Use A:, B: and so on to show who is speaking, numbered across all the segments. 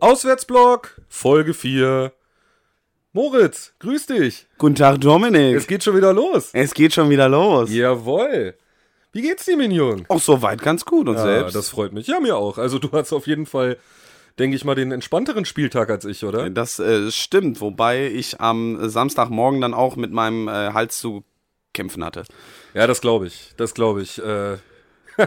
A: Auswärtsblock, Folge 4. Moritz, grüß dich.
B: Guten Tag, Dominik.
A: Es geht schon wieder los.
B: Es geht schon wieder los.
A: Jawoll. Wie geht's dir, Minion?
B: Auch soweit ganz gut und selbst.
A: das freut mich. Ja, mir auch. Also du hast auf jeden Fall, denke ich mal, den entspannteren Spieltag als ich, oder?
B: Das äh, stimmt, wobei ich am Samstagmorgen dann auch mit meinem äh, Hals zu kämpfen hatte.
A: Ja, das glaube ich. Das glaube ich. Äh,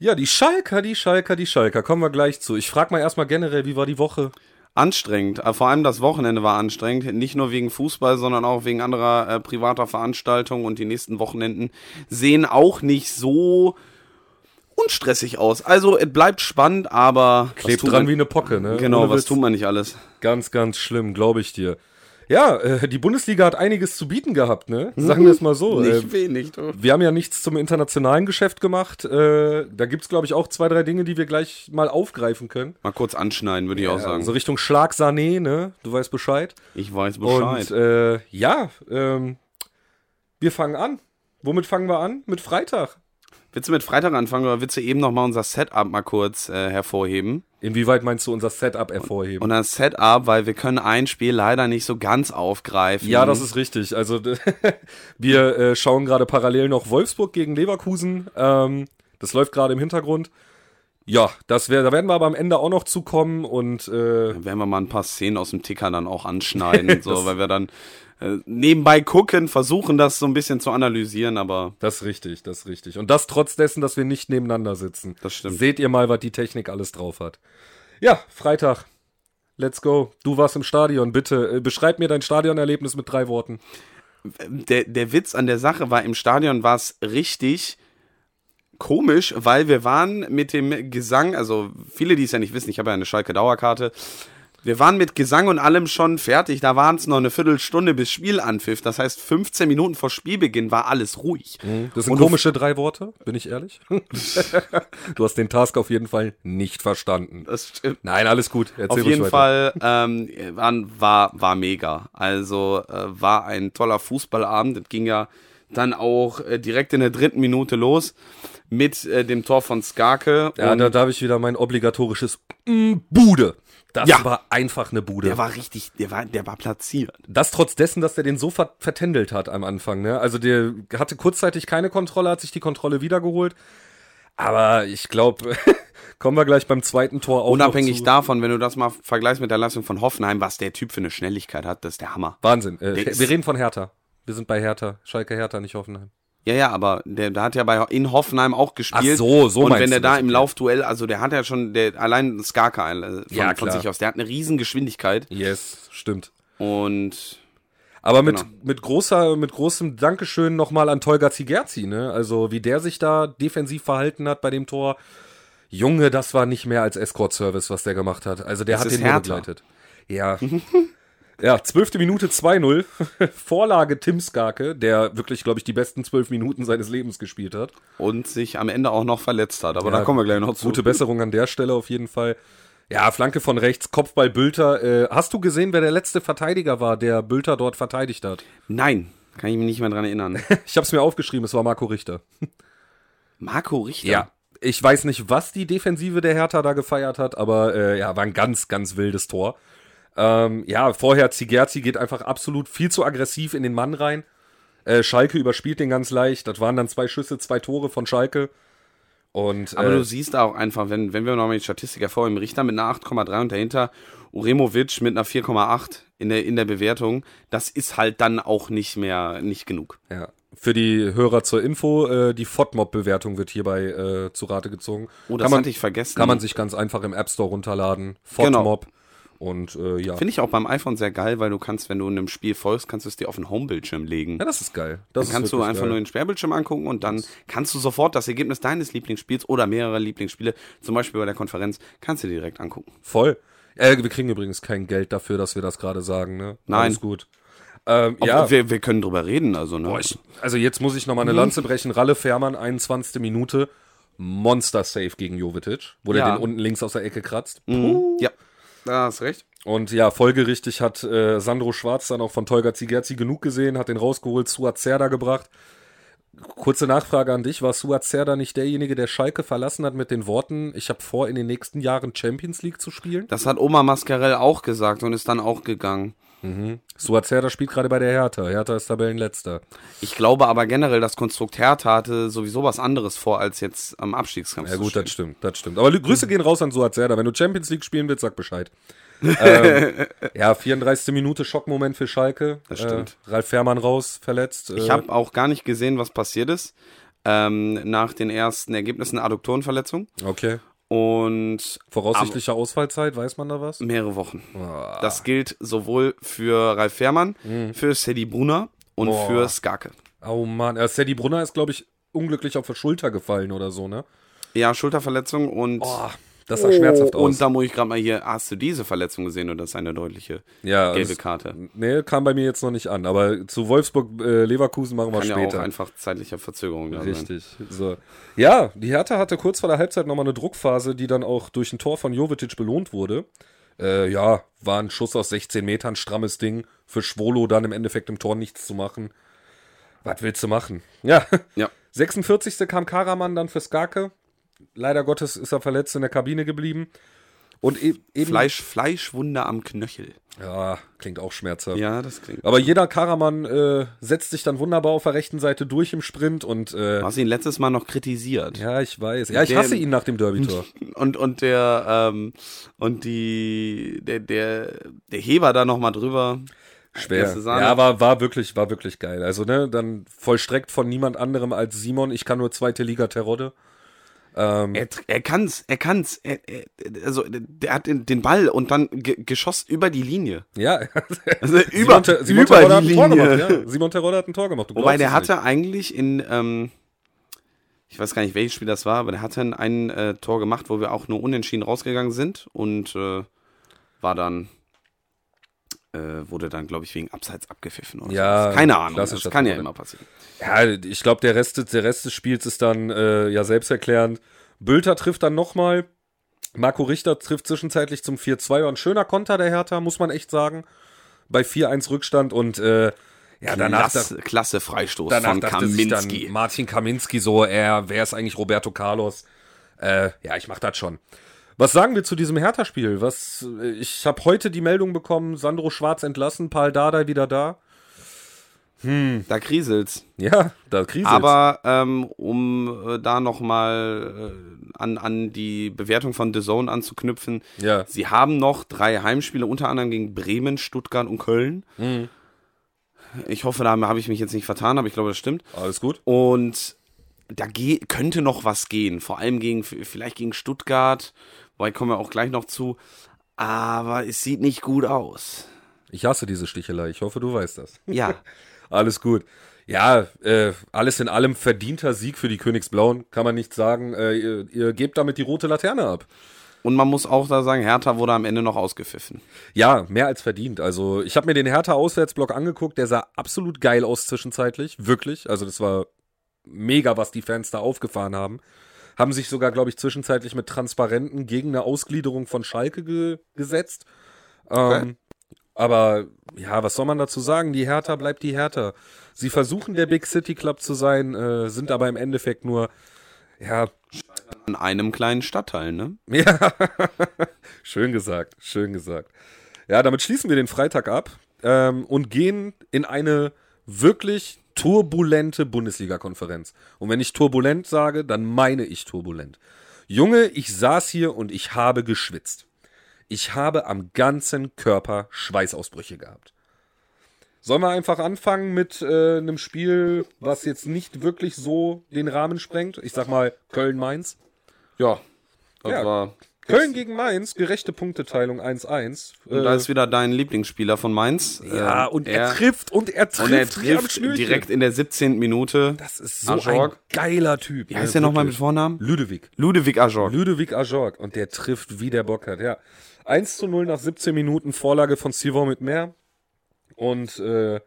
A: ja, die Schalker, die Schalker, die Schalker. Kommen wir gleich zu. Ich frage mal erstmal generell, wie war die Woche?
B: Anstrengend, äh, vor allem das Wochenende war anstrengend, nicht nur wegen Fußball, sondern auch wegen anderer äh, privater Veranstaltungen und die nächsten Wochenenden sehen auch nicht so unstressig aus. Also es bleibt spannend, aber was
A: Klebt
B: tut
A: dran
B: man-
A: wie eine Pocke, ne?
B: Genau,
A: Ohne
B: was
A: Witz.
B: tut man nicht alles?
A: Ganz, ganz schlimm, glaube ich dir. Ja, äh, die Bundesliga hat einiges zu bieten gehabt, ne? Sagen wir es mal so.
B: Nicht
A: Äh,
B: wenig. du.
A: wir haben ja nichts zum internationalen Geschäft gemacht. Äh, da gibt's glaube ich, auch zwei, drei Dinge, die wir gleich mal aufgreifen können.
B: Mal kurz anschneiden, würde ich auch sagen.
A: So Richtung Schlag Sané, ne? Du weißt Bescheid.
B: Ich weiß Bescheid.
A: Und äh, ja, ähm, wir fangen an. Womit fangen wir an? Mit Freitag.
B: Willst du mit Freitag anfangen oder willst du eben nochmal unser Setup mal kurz äh, hervorheben?
A: Inwieweit meinst du unser Setup hervorheben?
B: Und das Setup, weil wir können ein Spiel leider nicht so ganz aufgreifen.
A: Ja, das ist richtig. Also d- wir äh, schauen gerade parallel noch Wolfsburg gegen Leverkusen. Ähm, das läuft gerade im Hintergrund. Ja, das wär, da werden wir aber am Ende auch noch zukommen und äh,
B: Dann werden wir mal ein paar Szenen aus dem Ticker dann auch anschneiden, so, weil wir dann äh, nebenbei gucken, versuchen das so ein bisschen zu analysieren, aber
A: das ist richtig, das ist richtig. Und das trotz dessen, dass wir nicht nebeneinander sitzen.
B: Das stimmt.
A: Seht ihr mal, was die Technik alles drauf hat. Ja, Freitag. Let's go. Du warst im Stadion, bitte. äh, Beschreib mir dein Stadionerlebnis mit drei Worten.
B: der, der Witz an der Sache war, im Stadion war es richtig komisch, weil wir waren mit dem Gesang, also viele, die es ja nicht wissen, ich habe ja eine Schalke Dauerkarte, wir waren mit Gesang und allem schon fertig, da waren es noch eine Viertelstunde bis Spiel anpfiff, das heißt 15 Minuten vor Spielbeginn war alles ruhig.
A: Das sind
B: Und du-
A: komische drei Worte, bin ich ehrlich. du hast den Task auf jeden Fall nicht verstanden.
B: Das äh, stimmt.
A: Nein, alles gut. Erzähl
B: Auf
A: ruhig
B: jeden
A: weiter.
B: Fall ähm, waren, war, war mega. Also äh, war ein toller Fußballabend. Es ging ja dann auch äh, direkt in der dritten Minute los mit äh, dem Tor von Skarke.
A: Ja,
B: Und
A: da darf ich wieder mein obligatorisches mm, Bude. Das
B: Ja.
A: war einfach eine Bude.
B: der war richtig, der war, der war platziert.
A: das trotz dessen, dass der den so ver vertändelt hat am Anfang. Ne? Also der hatte kurzzeitig keine Kontrolle, hat sich die Kontrolle wiedergeholt. Aber ich glaube, kommen wir gleich beim zweiten Tor auch
B: Unabhängig
A: noch zu.
B: davon, wenn du das mal vergleichst mit der Leistung von Hoffenheim, was der Typ für eine Schnelligkeit hat, das ist der Hammer.
A: Wahnsinn.
B: Der
A: Äh,
B: ist-
A: wir reden von Hertha. Wir sind bei Hertha. Schalke Hertha, nicht Hoffenheim.
B: Ja, ja, aber der, der hat ja bei in Hoffenheim auch gespielt.
A: Ach so, so
B: Und
A: meinst
B: wenn der
A: du
B: da
A: das,
B: im
A: okay.
B: Laufduell, also der hat ja schon, der allein Skarke äh, von,
A: Ja,
B: von
A: klar.
B: sich aus, der hat eine riesen Geschwindigkeit
A: Yes, stimmt.
B: und
A: Aber mit,
B: Genau.
A: mit großer, mit großem Dankeschön nochmal an Tolga Zigerzi, ne? Also, wie der sich da defensiv verhalten hat bei dem Tor. Junge, das war nicht mehr als Escort-Service, was der gemacht hat. Also, der
B: Das
A: hat
B: ist
A: den nur
B: härter.
A: begleitet. Ja. ja, zwölfte Minute 2-0. Vorlage Tim Skarke, der wirklich, glaube ich, die besten zwölf Minuten seines Lebens gespielt hat.
B: und sich am Ende auch noch verletzt hat. Aber
A: Ja,
B: da kommen wir gleich noch zu.
A: Gute Besserung an der Stelle auf jeden Fall. Ja, Flanke von rechts, Kopfball Bülter. Äh, hast du gesehen, wer der letzte Verteidiger war, der Bülter dort verteidigt hat?
B: Nein, kann ich mich nicht mehr dran erinnern.
A: Ich habe es mir aufgeschrieben, es war Marco Richter.
B: Marco Richter.
A: Ja. Ich weiß nicht, was die Defensive der Hertha da gefeiert hat, aber äh, ja, war ein ganz, ganz wildes Tor. Ähm, ja, vorher Zigerzi geht einfach absolut viel zu aggressiv in den Mann rein. Äh, Schalke überspielt den ganz leicht. Das waren dann zwei Schüsse, zwei Tore von Schalke. Und
B: Aber
A: äh,
B: du siehst da auch einfach, wenn, wenn wir nochmal die Statistik hervorheben, Richter mit einer 8,3 und dahinter Uremovic mit einer 4,8 in der, in der Bewertung, das ist halt dann auch nicht mehr, nicht genug.
A: ja, für die Hörer zur Info, äh, die FODMOB-Bewertung wird hierbei äh, zu Rate gezogen.
B: Oh, das
A: kann, man,
B: hatte ich Genau. vergessen.
A: kann man sich ganz einfach im App Store runterladen. FODMOB. Und äh, ja.
B: Finde ich auch beim iPhone sehr geil, weil du kannst, wenn du einem Spiel folgst, kannst du es dir auf den Homebildschirm legen.
A: ja, das ist geil. Das
B: Dann kannst
A: ist
B: du
A: wirklich
B: einfach
A: geil.
B: nur den Sperrbildschirm angucken und dann kannst du sofort das Ergebnis deines Lieblingsspiels oder mehrerer Lieblingsspiele, zum Beispiel bei der Konferenz, kannst du dir direkt angucken.
A: Voll. Äh, wir kriegen übrigens kein Geld dafür, dass wir das gerade sagen, ne?
B: Nein.
A: Alles gut. Ähm, ja,
B: Ob- Wir, Mhm. wir können drüber reden, also, ne?
A: Boah, ich, also jetzt muss ich nochmal eine Lanze brechen. Ralle Fährmann, 21. Minute. Monster-Safe gegen Jovetic, wo der
B: Ja. Mhm.
A: den unten links aus der Ecke kratzt.
B: ja, da hast recht.
A: Und ja, folgerichtig hat äh, Sandro Schwarz dann auch von Tolga Zigerzi genug gesehen, hat den rausgeholt, Suat Zerda gebracht. Kurze Nachfrage an dich. War Suat Serda nicht derjenige, der Schalke verlassen hat mit den Worten, ich habe vor, in den nächsten Jahren Champions League zu spielen?
B: Das hat Oma Mascarell auch gesagt und ist dann auch gegangen.
A: Suat Serda spielt gerade bei der Hertha. Hertha ist Tabellenletzter.
B: Ich glaube aber generell, das Konstrukt Hertha hatte sowieso was anderes vor, als jetzt am Abstiegskampf
A: Ja
B: zu
A: gut,
B: stehen.
A: das stimmt, das stimmt. Aber
B: Hm.
A: Grüße gehen raus an Suat Serda. Wenn du Champions League spielen willst, sag Bescheid. ähm, ja, 34. Minute Schockmoment für Schalke.
B: Das stimmt.
A: Äh, Ralf Fährmann raus, verletzt.
B: Ich habe auch gar nicht gesehen, was passiert ist. Ähm, nach den ersten Ergebnissen Adduktorenverletzung
A: Äh, Okay.
B: und
A: Voraussichtliche Ausfallzeit, weiß man da was? Ah,
B: mehrere Wochen. Das gilt sowohl für Ralf Fährmann, für Sedi Brunner und
A: Mhm. Boah.
B: für Skarke.
A: Oh Mann, äh, Sadie Brunner ist, glaube ich, unglücklich auf der Schulter gefallen oder so, ne?
B: Ja, Schulterverletzung und Oh,
A: Oh, das sah schmerzhaft aus.
B: Und da muss ich gerade mal hier, hast du diese Verletzung gesehen oder ist eine deutliche
A: ja,
B: gelbe
A: das,
B: Karte?
A: nee, kam bei mir jetzt noch nicht an. Aber zu Wolfsburg, äh, Leverkusen machen wir
B: Kann ja auch
A: später.
B: einfach zeitlicher Verzögerung da sein.
A: Richtig. So. Ja, die Hertha hatte kurz vor der Halbzeit nochmal eine Druckphase, die dann auch durch ein Tor von Jovetic belohnt wurde. Äh, ja, war ein Schuss aus 16 Metern, strammes Ding. Für Schwolo dann im Endeffekt im Tor nichts zu machen. Was willst du machen? Ja.
B: Ja.
A: 46. kam Karaman dann für Skarke. Leider Gottes ist er verletzt in der Kabine geblieben. Und e eben.
B: Fleisch, Fleischwunde am Knöchel.
A: Ja, klingt auch schmerzhaft.
B: Ja, das klingt.
A: Aber jeder Karaman äh, setzt sich dann wunderbar auf der rechten Seite durch im Sprint und äh,
B: Du hast ihn letztes Mal noch kritisiert.
A: ja, ich weiß. Ja, ich hasse ihn nach dem Derby-Tor.
B: Und, und der, ähm, und die, der, der, der Heber da nochmal drüber.
A: Schwer.
B: Erste Sahne.
A: Ja, war, war wirklich, war wirklich geil. Also, ne, dann vollstreckt von niemand anderem als Simon. Ich kann nur zweite Liga Terodde.
B: Er, er kann's, er kann's. Er, er, also, der hat den, den Ball und dann ge geschossen über die Linie.
A: Ja,
B: Also,
A: Simon,
B: über,
A: Ter- Simon
B: über
A: Terodde hat
B: die
A: ein Tor gemacht.
B: Linie.
A: Ja. Simon Terodde hat ein Tor gemacht. Du
B: Wobei
A: glaubst
B: der
A: es
B: hatte eigentlich in, ähm, ich weiß gar nicht, welches Spiel das war, aber der hatte ein äh, Tor gemacht, wo wir auch nur unentschieden rausgegangen sind und äh, war dann, äh, wurde dann, glaube ich, wegen Abseits abgepfiffen. Oder
A: Ja,
B: sowas. Keine Ahnung, das
A: klassischer
B: kann ja
A: Torwart.
B: immer passieren.
A: Ja, ich glaube, der Rest, des- der Rest des Spiels ist dann äh, ja selbsterklärend. Bülter trifft dann nochmal. Marco Richter trifft zwischenzeitlich zum 4-2. War ein schöner Konter der Hertha, muss man echt sagen. Bei 4-1 Rückstand und äh, ja, danach,
B: klasse, klasse Freistoß
A: danach
B: von
A: dachte sich
B: Kaminski.
A: dann Martin Kaminski so, er, wer ist eigentlich Roberto Carlos? Äh, ja, ich mach das schon. Was sagen wir zu diesem Hertha-Spiel? Was, äh, ich habe heute die Meldung bekommen, Sandro Schwarz entlassen, Paul Dardai wieder da.
B: Da kriselt's.
A: Ja, da kriselt
B: Aber ähm, um äh, da nochmal äh, an, an die Bewertung von The Zone anzuknüpfen,
A: ja.
B: Sie haben noch drei Heimspiele, unter anderem gegen Bremen, Stuttgart und Köln. Ich hoffe, da habe ich mich jetzt nicht vertan, aber ich glaube, das stimmt.
A: Alles gut.
B: Und da ge könnte noch was gehen, vor allem gegen, vielleicht gegen Stuttgart, wobei kommen wir auch gleich noch zu. Aber es sieht nicht gut aus.
A: Ich hasse diese Stichelei. Ich hoffe, du weißt das.
B: Ja,
A: Alles gut. Ja, äh, alles in allem verdienter Sieg für die Königsblauen, kann man nicht sagen. Äh, ihr, ihr gebt damit die rote Laterne ab.
B: und man muss auch da sagen, Hertha wurde am Ende noch ausgepfiffen.
A: Ja, mehr als verdient. Also ich habe mir den Hertha-Auswärtsblock angeguckt, der sah absolut geil aus zwischenzeitlich, wirklich. Also das war mega, was die Fans da aufgefahren haben. Haben sich sogar, glaube ich, zwischenzeitlich mit Transparenten gegen eine Ausgliederung von Schalke ge gesetzt. Ähm,
B: Okay.
A: Aber ja, was soll man dazu sagen? Die Hertha bleibt die Hertha. Sie versuchen der Big City Club zu sein, äh, sind aber im Endeffekt nur, ja,
B: An einem kleinen Stadtteil, ne?
A: ja, schön gesagt, schön gesagt. Ja, damit schließen wir den Freitag ab ähm, und gehen in eine wirklich turbulente Bundesliga-Konferenz. Und wenn ich turbulent sage, dann meine ich turbulent. Junge, ich saß hier und ich habe geschwitzt. Ich habe am ganzen Körper Schweißausbrüche gehabt. Sollen wir einfach anfangen mit äh, einem Spiel, was jetzt nicht wirklich so den Rahmen sprengt? Ich sag mal Köln-Mainz.
B: Ja. Das
A: Ja.
B: war.
A: Köln gegen Mainz, gerechte Punkteteilung 1-1.
B: Und da ist wieder dein Lieblingsspieler von Mainz.
A: Äh. ja,
B: äh,
A: und er, trifft und er trifft,
B: Und er
A: wie am
B: trifft
A: Schnürchen.
B: direkt in der 17. Minute.
A: Das ist so
B: Ajorg.
A: ein geiler Typ.
B: Wie heißt der nochmal mit
A: wirklich.
B: Vornamen?
A: Ludewig.
B: Ludwig Ajorg.
A: Ludewig Ajorg. Und der trifft, wie der Bock hat, ja. 1 zu 0 nach 17 Minuten, Vorlage von Sivon mit mehr. Und äh,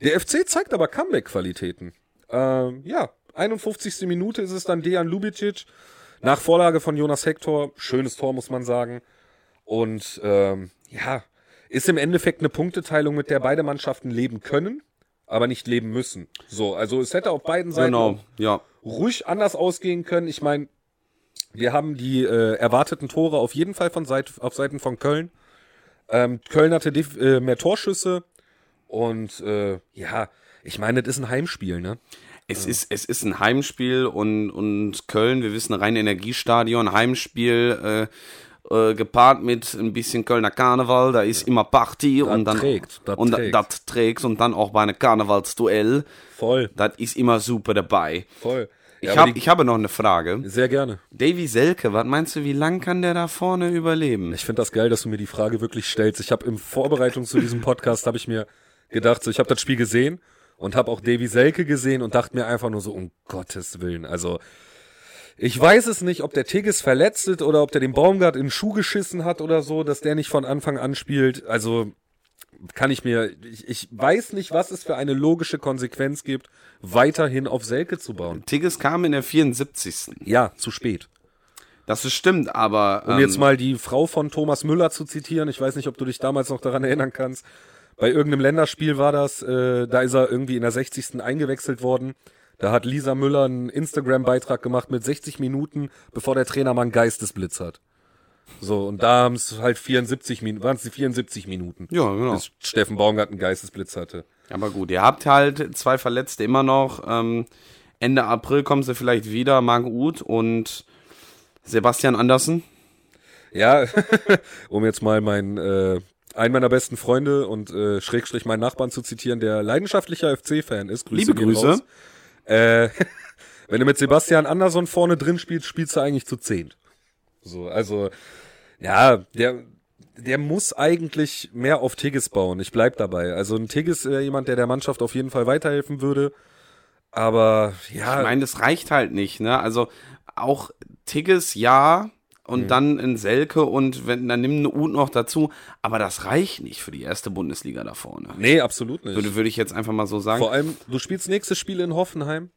A: der FC zeigt aber Comeback-Qualitäten. Ähm, ja, 51. Minute ist es dann Dejan Lubicic. Nach Vorlage von Jonas Hector. Schönes Tor, muss man sagen. Und ähm, ja, ist im Endeffekt eine Punkteteilung, mit der beide Mannschaften leben können. aber nicht leben müssen. So, also es hätte auf beiden Seiten
B: Genau, ja.
A: ruhig anders ausgehen können. Ich meine, wir haben die äh, erwarteten Tore auf jeden Fall von Seite, auf Seiten von Köln. Ähm, Köln hatte def- äh, mehr Torschüsse und äh, ja, ich meine, das ist ein Heimspiel, ne?
B: Es, ist, es ist ein Heimspiel und, und Köln, wir wissen, rein Energiestadion, Heimspiel, äh, äh, gepaart mit ein bisschen Kölner Karneval, da ist immer Party und dann
A: trägt, das
B: und
A: trägt.
B: das trägt und dann auch bei einem Karnevalsduell,
A: Voll,
B: das ist immer super dabei.
A: voll.
B: Ich,
A: Ja, aber
B: hab, ich habe noch eine Frage.
A: die, sehr gerne.
B: Davy Selke, was meinst du, wie lang kann der da vorne überleben?
A: Ich finde das geil, dass du mir die Frage wirklich stellst. Ich habe in Vorbereitung zu diesem Podcast habe ich mir gedacht, so ich habe das Spiel gesehen und habe auch Davy Selke gesehen und dachte mir einfach nur so um Gottes Willen, also ich weiß es nicht, ob der Tigges verletzt ist oder ob der den Baumgart in den Schuh geschissen hat oder so, dass der nicht von Anfang an spielt. Also kann ich mir, ich, ich weiß nicht, was es für eine logische Konsequenz gibt, weiterhin auf Selke zu bauen.
B: Tigges kam in der 74.
A: Ja, zu spät.
B: Das ist stimmt, aber ähm,
A: Um jetzt mal die Frau von Thomas Müller zu zitieren, ich weiß nicht, ob du dich damals noch daran erinnern kannst. Bei irgendeinem Länderspiel war das, äh, da ist er irgendwie in der 60. eingewechselt worden. Da hat Lisa Müller einen Instagram-Beitrag gemacht mit 60 Minuten, bevor der Trainer mal einen Geistesblitz hat. So, und da haben es halt 74 Minuten, waren es die 74 Minuten,
B: ja, genau.
A: bis Steffen Baumgart einen Geistesblitz hatte.
B: Aber gut, ihr habt halt zwei Verletzte immer noch. Ähm, Ende April kommen sie vielleicht wieder, Marc Uth und Sebastian Andersen.
A: Ja, um jetzt mal meinen, äh, einen meiner besten Freunde und äh, Schrägstrich meinen Nachbarn zu zitieren, der leidenschaftlicher FC-Fan ist. Grüße
B: Liebe
A: gehen
B: Grüße.
A: raus. Äh, wenn du mit Sebastian Andersson vorne drin spielst, spielst du eigentlich zu zehnt. So, also, ja, der, der muss eigentlich mehr auf Tigges bauen. Ich bleib dabei. Also ein Tigges wäre jemand, der der Mannschaft auf jeden Fall weiterhelfen würde. Aber ja,
B: Ich meine, das reicht halt nicht, ne? Also auch Tigges ja und
A: Mhm.
B: dann in Selke und wenn dann nimm einen Uth noch dazu, aber das reicht nicht für die erste Bundesliga da vorne.
A: nee, absolut nicht.
B: Würde, würde ich jetzt einfach mal so sagen.
A: Vor allem, du spielst nächstes Spiel in Hoffenheim,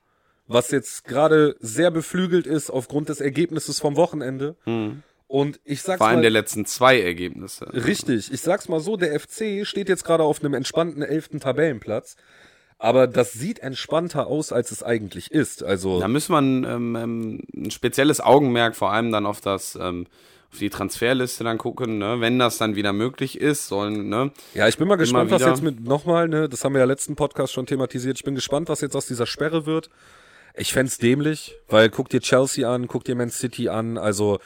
A: was jetzt gerade sehr beflügelt ist aufgrund des Ergebnisses vom Wochenende. Und ich sag's
B: Hm. Vor allem
A: mal,
B: der letzten zwei Ergebnisse.
A: richtig, ich sag's mal so, der FC steht jetzt gerade auf einem entspannten elften Tabellenplatz. Aber das sieht entspannter aus, als es eigentlich ist. Also,
B: Da müssen wir ein, ähm, ähm, ein spezielles Augenmerk vor allem dann auf das ähm, auf die Transferliste dann gucken, ne? wenn das dann wieder möglich ist, sollen, ne?
A: ja, ich bin mal gespannt, was
B: wieder.
A: jetzt mit nochmal, ne, das haben wir ja letzten Podcast schon thematisiert. Ich bin gespannt, was jetzt aus dieser Sperre wird. Ich fänd's dämlich, weil guck dir Chelsea an, guck dir Man City an, also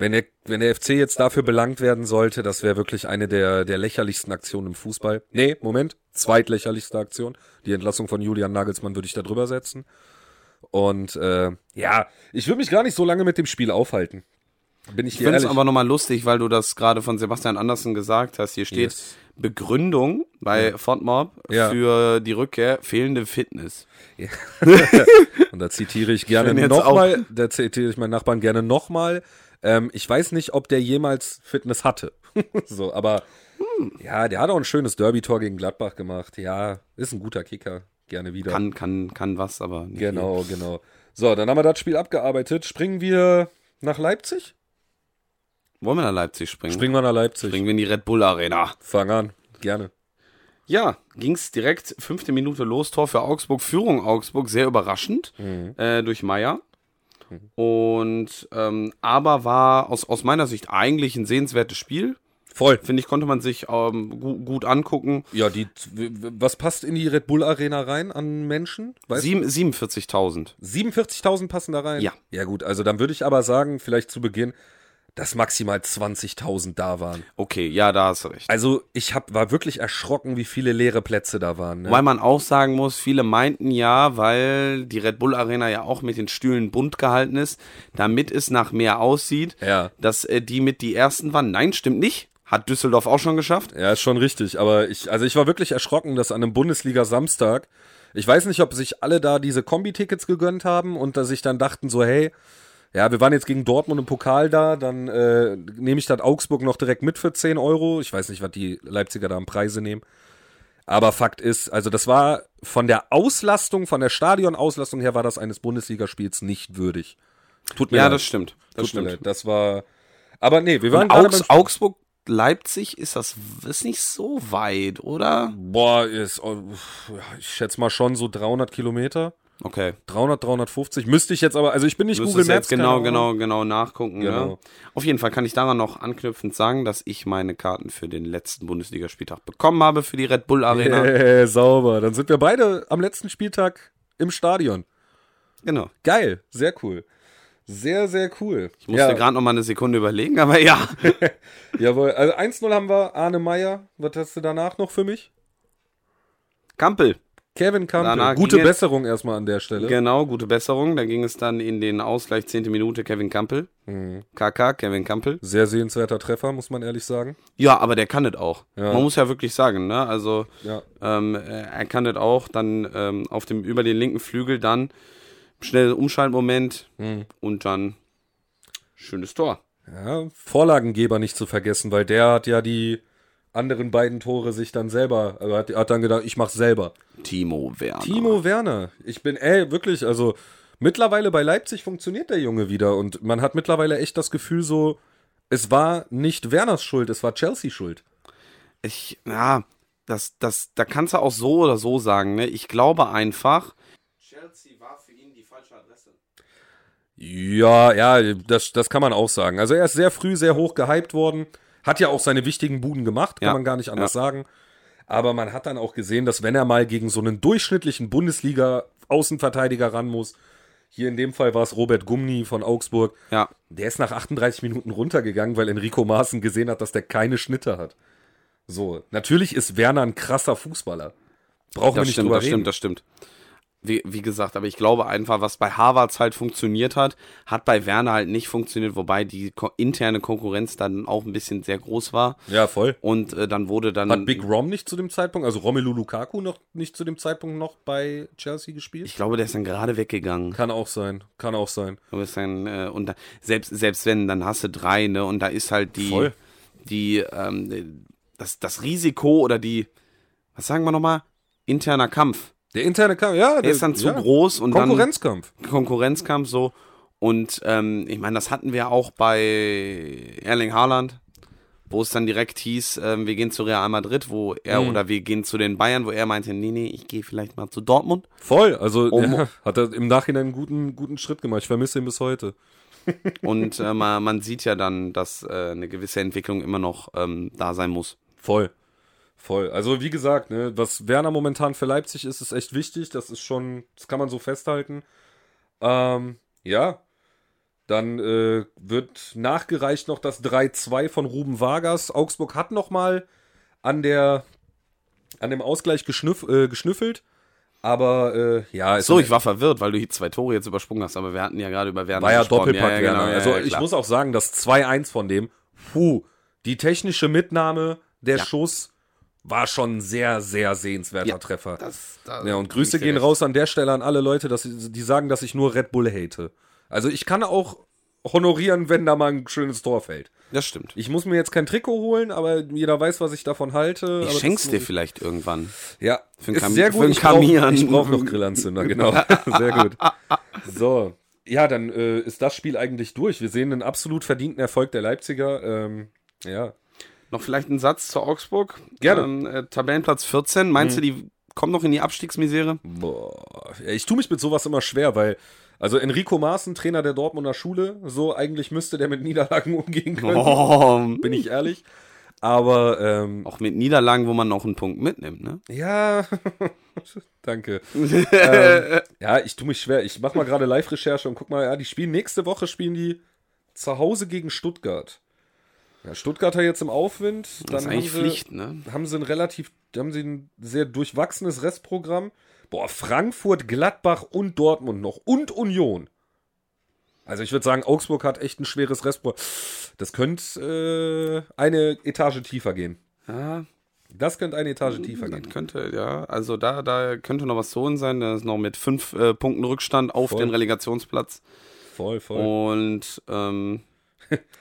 A: wenn der, wenn der FC jetzt dafür belangt werden sollte, das wäre wirklich eine der, der lächerlichsten Aktionen im Fußball. Nee, Moment, zweitlächerlichste Aktion. Die Entlassung von Julian Nagelsmann würde ich da drüber setzen. Und äh, ja, ich würde mich gar nicht so lange mit dem Spiel aufhalten. Bin ich,
B: Ich
A: dir
B: finde es
A: ehrlich.
B: aber nochmal lustig, weil du das gerade von Sebastian Andersen gesagt hast. Hier steht
A: Yes.
B: Begründung bei Fortmob
A: Ja.
B: für die Rückkehr fehlende Fitness.
A: Und da zitiere ich
B: Ich
A: gerne
B: bin jetzt
A: nochmal, da zitiere ich meinen Nachbarn gerne nochmal. Ähm, ich weiß nicht, ob der jemals Fitness hatte. so, aber ja, der hat auch ein schönes Derby-Tor gegen Gladbach gemacht. Ja, ist ein guter Kicker. Gerne wieder.
B: Kann, kann, kann was, aber nicht viel.
A: genau, genau. So, dann haben wir das Spiel abgearbeitet. Springen wir nach Leipzig?
B: Wollen wir nach Leipzig springen?
A: Springen wir nach Leipzig.
B: Springen wir in die Red Bull Arena.
A: Fang an. Gerne.
B: Ja, ging's direkt fünfte Minute los, Tor für Augsburg, Führung Augsburg, sehr überraschend äh, durch Meier. Und ähm, aber war aus, aus meiner Sicht eigentlich ein sehenswertes Spiel.
A: Voll.
B: Finde ich, konnte man sich ähm, gu gut angucken.
A: Ja, die, w- w- was passt in die Red Bull Arena rein an Menschen? Weißt
B: Sieben- 47.000.
A: 47.000 passen da rein?
B: Ja.
A: Ja gut, also dann würde ich aber sagen, vielleicht zu Beginn, dass maximal 20.000 da waren.
B: Okay, ja, da hast du recht.
A: Also ich hab, war wirklich erschrocken, wie viele leere Plätze da waren. Ne?
B: Weil man auch sagen muss, viele meinten ja, weil die Red Bull Arena ja auch mit den Stühlen bunt gehalten ist, damit es nach mehr aussieht,
A: Ja.
B: dass äh, die mit die ersten waren. Nein, stimmt nicht. Hat Düsseldorf auch schon geschafft.
A: Ja, ist schon richtig, aber ich, also ich war wirklich erschrocken, dass an einem Bundesliga-Samstag, ich weiß nicht, ob sich alle da diese Kombi-Tickets gegönnt haben und dass sich dann dachten so, hey, ja, wir waren jetzt gegen Dortmund im Pokal da, dann äh, nehme ich das Augsburg noch direkt mit für 10 Euro. Ich weiß nicht, was die Leipziger da an Preise nehmen. Aber Fakt ist, also das war von der Auslastung, von der Stadionauslastung her, war das eines Bundesligaspiels nicht würdig. Tut mir
B: Ja,
A: leid.
B: das stimmt. Das
A: Tut mir
B: stimmt.
A: leid. Das war. Aber nee, wir waren
B: Und
A: gerade
B: Augs
A: beim-
B: Augsburg Leipzig ist das ist nicht so weit, oder?
A: Boah, ist, oh, ich schätze mal schon so 300 Kilometer.
B: Okay.
A: 300, 350. Müsste ich jetzt aber, also ich bin nicht
B: Du
A: Google
B: müsstest
A: Maps.
B: jetzt genau,
A: keine Ahnung.
B: genau, genau nachgucken. Ne?
A: Genau.
B: Auf jeden Fall kann ich daran noch anknüpfend sagen, dass ich meine Karten für den letzten Bundesligaspieltag bekommen habe für die Red Bull Arena.
A: Äh, sauber. Dann sind wir beide am letzten Spieltag im Stadion.
B: Genau.
A: Geil. Sehr cool. Sehr, sehr cool.
B: Ich musste gerade noch mal eine Sekunde überlegen, aber ja.
A: Jawohl. Also 1-0 haben wir. Arne Meyer. Was hast du danach noch für mich?
B: Kampel.
A: Kevin Campbell.
B: Danach
A: Gute
B: ging es-
A: Besserung erstmal an der Stelle.
B: Genau, gute Besserung. Da ging es dann in den Ausgleich 10. Minute Kevin Kampel.
A: Mhm.
B: KK, Kevin Kampel.
A: Sehr sehenswerter Treffer, muss man ehrlich sagen.
B: Ja, aber der kann das auch.
A: Ja.
B: Man muss ja wirklich sagen, ne? Also
A: Ja.
B: ähm, äh, er kann das auch. Dann ähm, auf dem über den linken Flügel dann schnell Umschaltmoment und dann schönes Tor.
A: ja. Vorlagengeber nicht zu vergessen, weil der hat ja die anderen beiden Tore sich dann selber, also hat, hat dann gedacht, ich mach's selber.
B: Timo Werner.
A: Timo Werner. Ich bin, ey, wirklich, also mittlerweile bei Leipzig funktioniert der Junge wieder und man hat mittlerweile echt das Gefühl so, es war nicht Werners Schuld, es war Chelsea Schuld.
B: Ich, ja, das, das, da kannst du auch so oder so sagen, ne? Ich glaube einfach. Chelsea war für ihn die falsche Adresse.
A: Ja, ja, das, das kann man auch sagen. Also er ist sehr früh sehr hoch gehypt worden, hat ja auch seine wichtigen Buden gemacht, kann
B: Ja,
A: man gar nicht anders sagen. Aber man hat dann auch gesehen, dass wenn er mal gegen so einen durchschnittlichen Bundesliga-Außenverteidiger ran muss, hier in dem Fall war es Robert Gumni von Augsburg,
B: Ja,
A: Der ist nach 38 Minuten runtergegangen, weil Enrico Maaßen gesehen hat, dass der keine Schnitte hat. So, natürlich ist Werner ein krasser Fußballer. Brauchen wir
B: das
A: nicht
B: stimmt,
A: drüber
B: das
A: reden.
B: stimmt, das stimmt. Wie, wie gesagt, aber ich glaube einfach, was bei Harvards halt funktioniert hat, hat bei Werner halt nicht funktioniert, wobei die ko interne Konkurrenz dann auch ein bisschen sehr groß war.
A: ja, voll.
B: Und äh, dann wurde dann.
A: Hat Big Rom nicht zu dem Zeitpunkt, also Romelu Lukaku noch nicht zu dem Zeitpunkt noch bei Chelsea gespielt?
B: ich glaube, der ist dann gerade weggegangen.
A: Kann auch sein, kann auch sein.
B: Du bist dann, äh, und da, selbst, selbst wenn, dann hast du drei, ne? Und da ist halt die,
A: Voll.
B: die, ähm, das, das Risiko oder die, was sagen wir nochmal? Interner Kampf.
A: Der interne Kampf, ja, der,
B: Der ist dann zu
A: Äh, ja.
B: groß und
A: Konkurrenzkampf.
B: dann Konkurrenzkampf so. Und ähm, ich meine, das hatten wir auch bei Erling Haaland, wo es dann direkt hieß, ähm, wir gehen zu Real Madrid, wo er
A: Mhm.
B: oder wir gehen zu den Bayern, wo er meinte, nee, nee, ich gehe vielleicht mal zu Dortmund.
A: Voll, also
B: Um-
A: ja, hat er im Nachhinein einen guten, guten Schritt gemacht. Ich vermisse ihn bis heute.
B: Und äh, man, man sieht ja dann, dass äh, eine gewisse Entwicklung immer noch ähm, da sein muss.
A: Voll. Voll. Also wie gesagt, ne, was Werner momentan für Leipzig ist, ist echt wichtig. Das ist schon, das kann man so festhalten. Ähm, ja. Dann äh, wird nachgereicht noch das 3-2 von Ruben Vargas. Augsburg hat nochmal an der an dem Ausgleich geschnüff, äh, geschnüffelt. Aber äh, ja, es
B: So, ich war verwirrt, weil du die zwei Tore jetzt übersprungen hast, aber wir hatten ja gerade über Werner
A: war ja
B: gesprochen.
A: Doppelpack
B: ja,
A: Werner.
B: genau, ja,
A: also
B: ja,
A: ich
B: klar.
A: muss auch sagen, das 2-1 von dem, puh, die technische Mitnahme, der Schuss war schon ein sehr, sehr sehenswerter
B: Ja,
A: Treffer.
B: Das- da-
A: ja, und Grüße
B: gibt's
A: gehen
B: recht.
A: raus an der Stelle an alle Leute, dass, die sagen, dass ich nur Red Bull hate. Also ich kann auch honorieren, wenn da mal ein schönes Tor fällt.
B: Das stimmt.
A: Ich muss mir jetzt kein Trikot holen, aber jeder weiß, was ich davon halte.
B: Ich
A: aber
B: schenk's
A: das-
B: dir vielleicht irgendwann.
A: ja,
B: ein
A: ist
B: Kam-
A: sehr
B: für
A: gut.
B: ein
A: Ich brauche
B: Kamian.
A: brauch noch Grillanzünder, genau. sehr gut. So, ja, dann äh, ist das Spiel eigentlich durch. Wir sehen einen absolut verdienten Erfolg der Leipziger. Ähm, ja,
B: Noch vielleicht einen Satz zu Augsburg.
A: Gerne.
B: Ähm, äh, Tabellenplatz 14. Meinst du, die kommen noch in die Abstiegsmisere?
A: Boah. Ja, Ich tue mich mit sowas immer schwer, weil, also Enrico Maaßen, Trainer der Dortmunder Schule, so eigentlich müsste der mit Niederlagen umgehen können,
B: Oh,
A: bin ich ehrlich. Aber, ähm,
B: auch mit Niederlagen, wo man noch einen Punkt mitnimmt, ne?
A: Ja, danke. ähm, ja, ich tue mich schwer. Ich mache mal gerade Live-Recherche und guck mal, ja, die spielen nächste Woche spielen die zu Hause gegen Stuttgart. Ja, Stuttgart hat jetzt im Aufwind. Dann
B: Das ist eigentlich
A: haben sie,
B: Pflicht, ne?
A: Haben sie ein relativ, haben sie ein sehr durchwachsenes Restprogramm. Boah, Frankfurt, Gladbach und Dortmund noch und Union. Also ich würde sagen, Augsburg hat echt ein schweres Restprogramm. Das könnte äh, eine Etage tiefer gehen.
B: Ja,
A: Das könnte eine
B: Mhm.
A: Etage tiefer gehen.
B: das könnte, ja. Also da, da könnte noch was zu holen sein. Da ist noch mit fünf äh, Punkten Rückstand auf
A: Voll.
B: den Relegationsplatz.
A: Voll, voll.
B: Und ähm,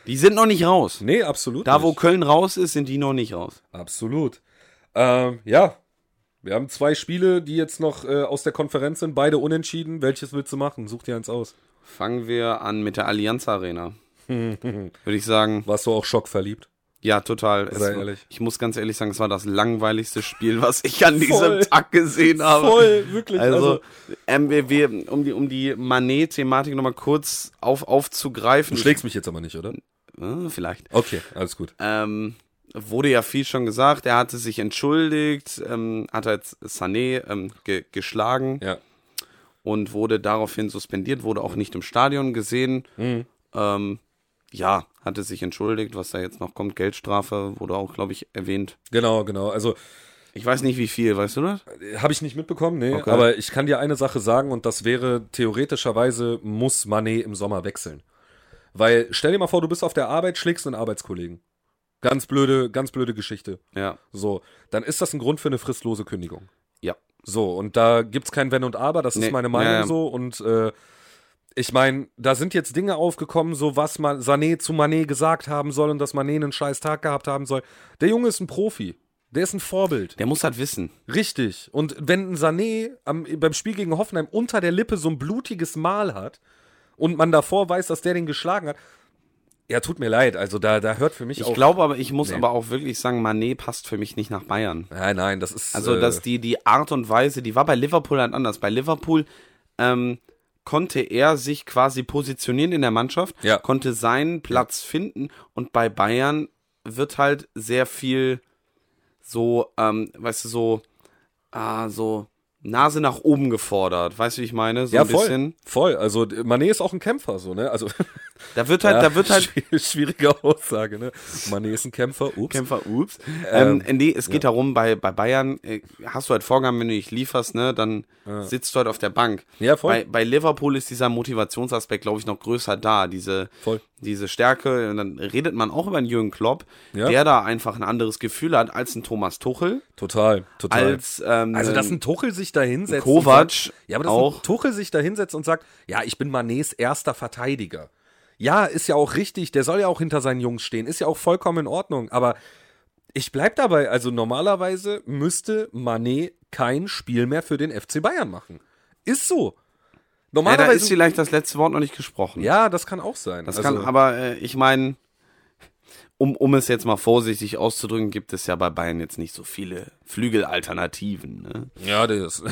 B: die sind noch nicht raus.
A: Nee, absolut.
B: Da, wo
A: nicht.
B: Köln raus ist, sind die noch nicht raus.
A: Absolut. Ähm, ja. Wir haben zwei Spiele, die jetzt noch äh, aus der Konferenz sind, beide unentschieden. Welches willst du machen? Such dir eins aus.
B: Fangen wir an mit der Allianz Arena. Würde ich sagen,
A: Warst du auch schockverliebt?
B: Ja, total. Es,
A: Sei
B: war-
A: ehrlich.
B: Ich muss ganz ehrlich sagen, es war das langweiligste Spiel, was ich an diesem
A: Voll.
B: Tag gesehen habe.
A: Voll, wirklich.
B: Also, ähm, wir, wir, um die, um die Manet-Thematik nochmal kurz auf,
A: du
B: aufzugreifen.
A: schlägst mich jetzt aber nicht, oder?
B: Äh, vielleicht.
A: Okay, alles gut.
B: Ähm, wurde ja viel schon gesagt. Er hatte sich entschuldigt, ähm, hat jetzt Sané ähm, ge geschlagen
A: Ja.
B: und wurde daraufhin suspendiert, wurde auch nicht im Stadion gesehen. Ähm, ja, hatte sich entschuldigt, was da jetzt noch kommt. Geldstrafe wurde auch, glaube ich, erwähnt.
A: Genau, genau. Also
B: Ich weiß nicht, wie viel, weißt du das?
A: Habe ich nicht mitbekommen, nee.
B: Okay.
A: Aber ich kann dir eine Sache sagen und das wäre, theoretischerweise muss Manet im Sommer wechseln. Weil, stell dir mal vor, du bist auf der Arbeit, schlägst einen Arbeitskollegen. Ganz blöde, ganz blöde Geschichte.
B: Ja.
A: So, dann ist das ein Grund für eine fristlose Kündigung.
B: Ja.
A: So, und da gibt's kein Wenn und Aber, das
B: Nee,
A: ist meine Meinung
B: ja, ja.
A: so. Und äh, ich meine, da sind jetzt Dinge aufgekommen, so was man Sané zu Manet gesagt haben soll und dass Manet einen scheiß Tag gehabt haben soll. Der Junge ist ein Profi. Der ist ein Vorbild.
B: Der muss halt wissen.
A: Richtig. Und wenn ein Sané am, beim Spiel gegen Hoffenheim unter der Lippe so ein blutiges Mal hat und man davor weiß, dass der den geschlagen hat, ja, tut mir leid. Also da, da hört für mich
B: Ich
A: auch.
B: glaube aber, ich muss
A: Nee.
B: aber auch wirklich sagen, Manet passt für mich nicht nach Bayern.
A: nein, nein, das ist.
B: Also,
A: äh,
B: dass die, die Art und Weise, die war bei Liverpool halt anders. Bei Liverpool ähm, konnte er sich quasi positionieren in der Mannschaft,
A: Ja.
B: konnte seinen Platz finden und bei Bayern wird halt sehr viel so, ähm, weißt du, so, ah, so Nase nach oben gefordert. Weißt du, wie ich meine? So
A: ja,
B: ein
A: voll,
B: bisschen.
A: voll. Also Manet ist auch ein Kämpfer, so ne. Also
B: Da wird halt, da wird halt
A: schwierige Aussage, ne. Manet ist ein Kämpfer. Ups.
B: Kämpfer, ups. Ähm, nee, es geht darum, bei, bei Bayern äh, hast du halt Vorgaben, wenn du nicht lieferst, ne, dann sitzt du halt auf der Bank.
A: Ja, voll.
B: Bei, bei Liverpool ist dieser Motivationsaspekt, glaube ich, noch größer da, diese,
A: Voll.
B: diese Stärke. Und dann redet man auch über einen Jürgen Klopp,
A: Ja.
B: der da einfach ein anderes Gefühl hat als ein Thomas Tuchel,
A: Total, total.
B: als ähm,
A: also, dass ein Tuchel sich da hinsetzt. und
B: Kovac
A: sagt- ja, aber dass
B: auch.
A: ein Tuchel sich da hinsetzt und sagt: Ja, ich bin Manets erster Verteidiger. Ja, ist ja auch richtig. Der soll ja auch hinter seinen Jungs stehen. Ist ja auch vollkommen in Ordnung. Aber ich bleib dabei. Also, normalerweise müsste Manet kein Spiel mehr für den FC Bayern machen. Ist so.
B: ja, da ist
A: Normalerweise. Ja,
B: vielleicht das letzte Wort noch nicht gesprochen.
A: das kann auch sein.
B: Das
A: Also,
B: kann, aber äh, ich meine, um, um es jetzt mal vorsichtig auszudrücken, gibt es ja bei Bayern jetzt nicht so viele Flügelalternativen. Ne?
A: ja, das,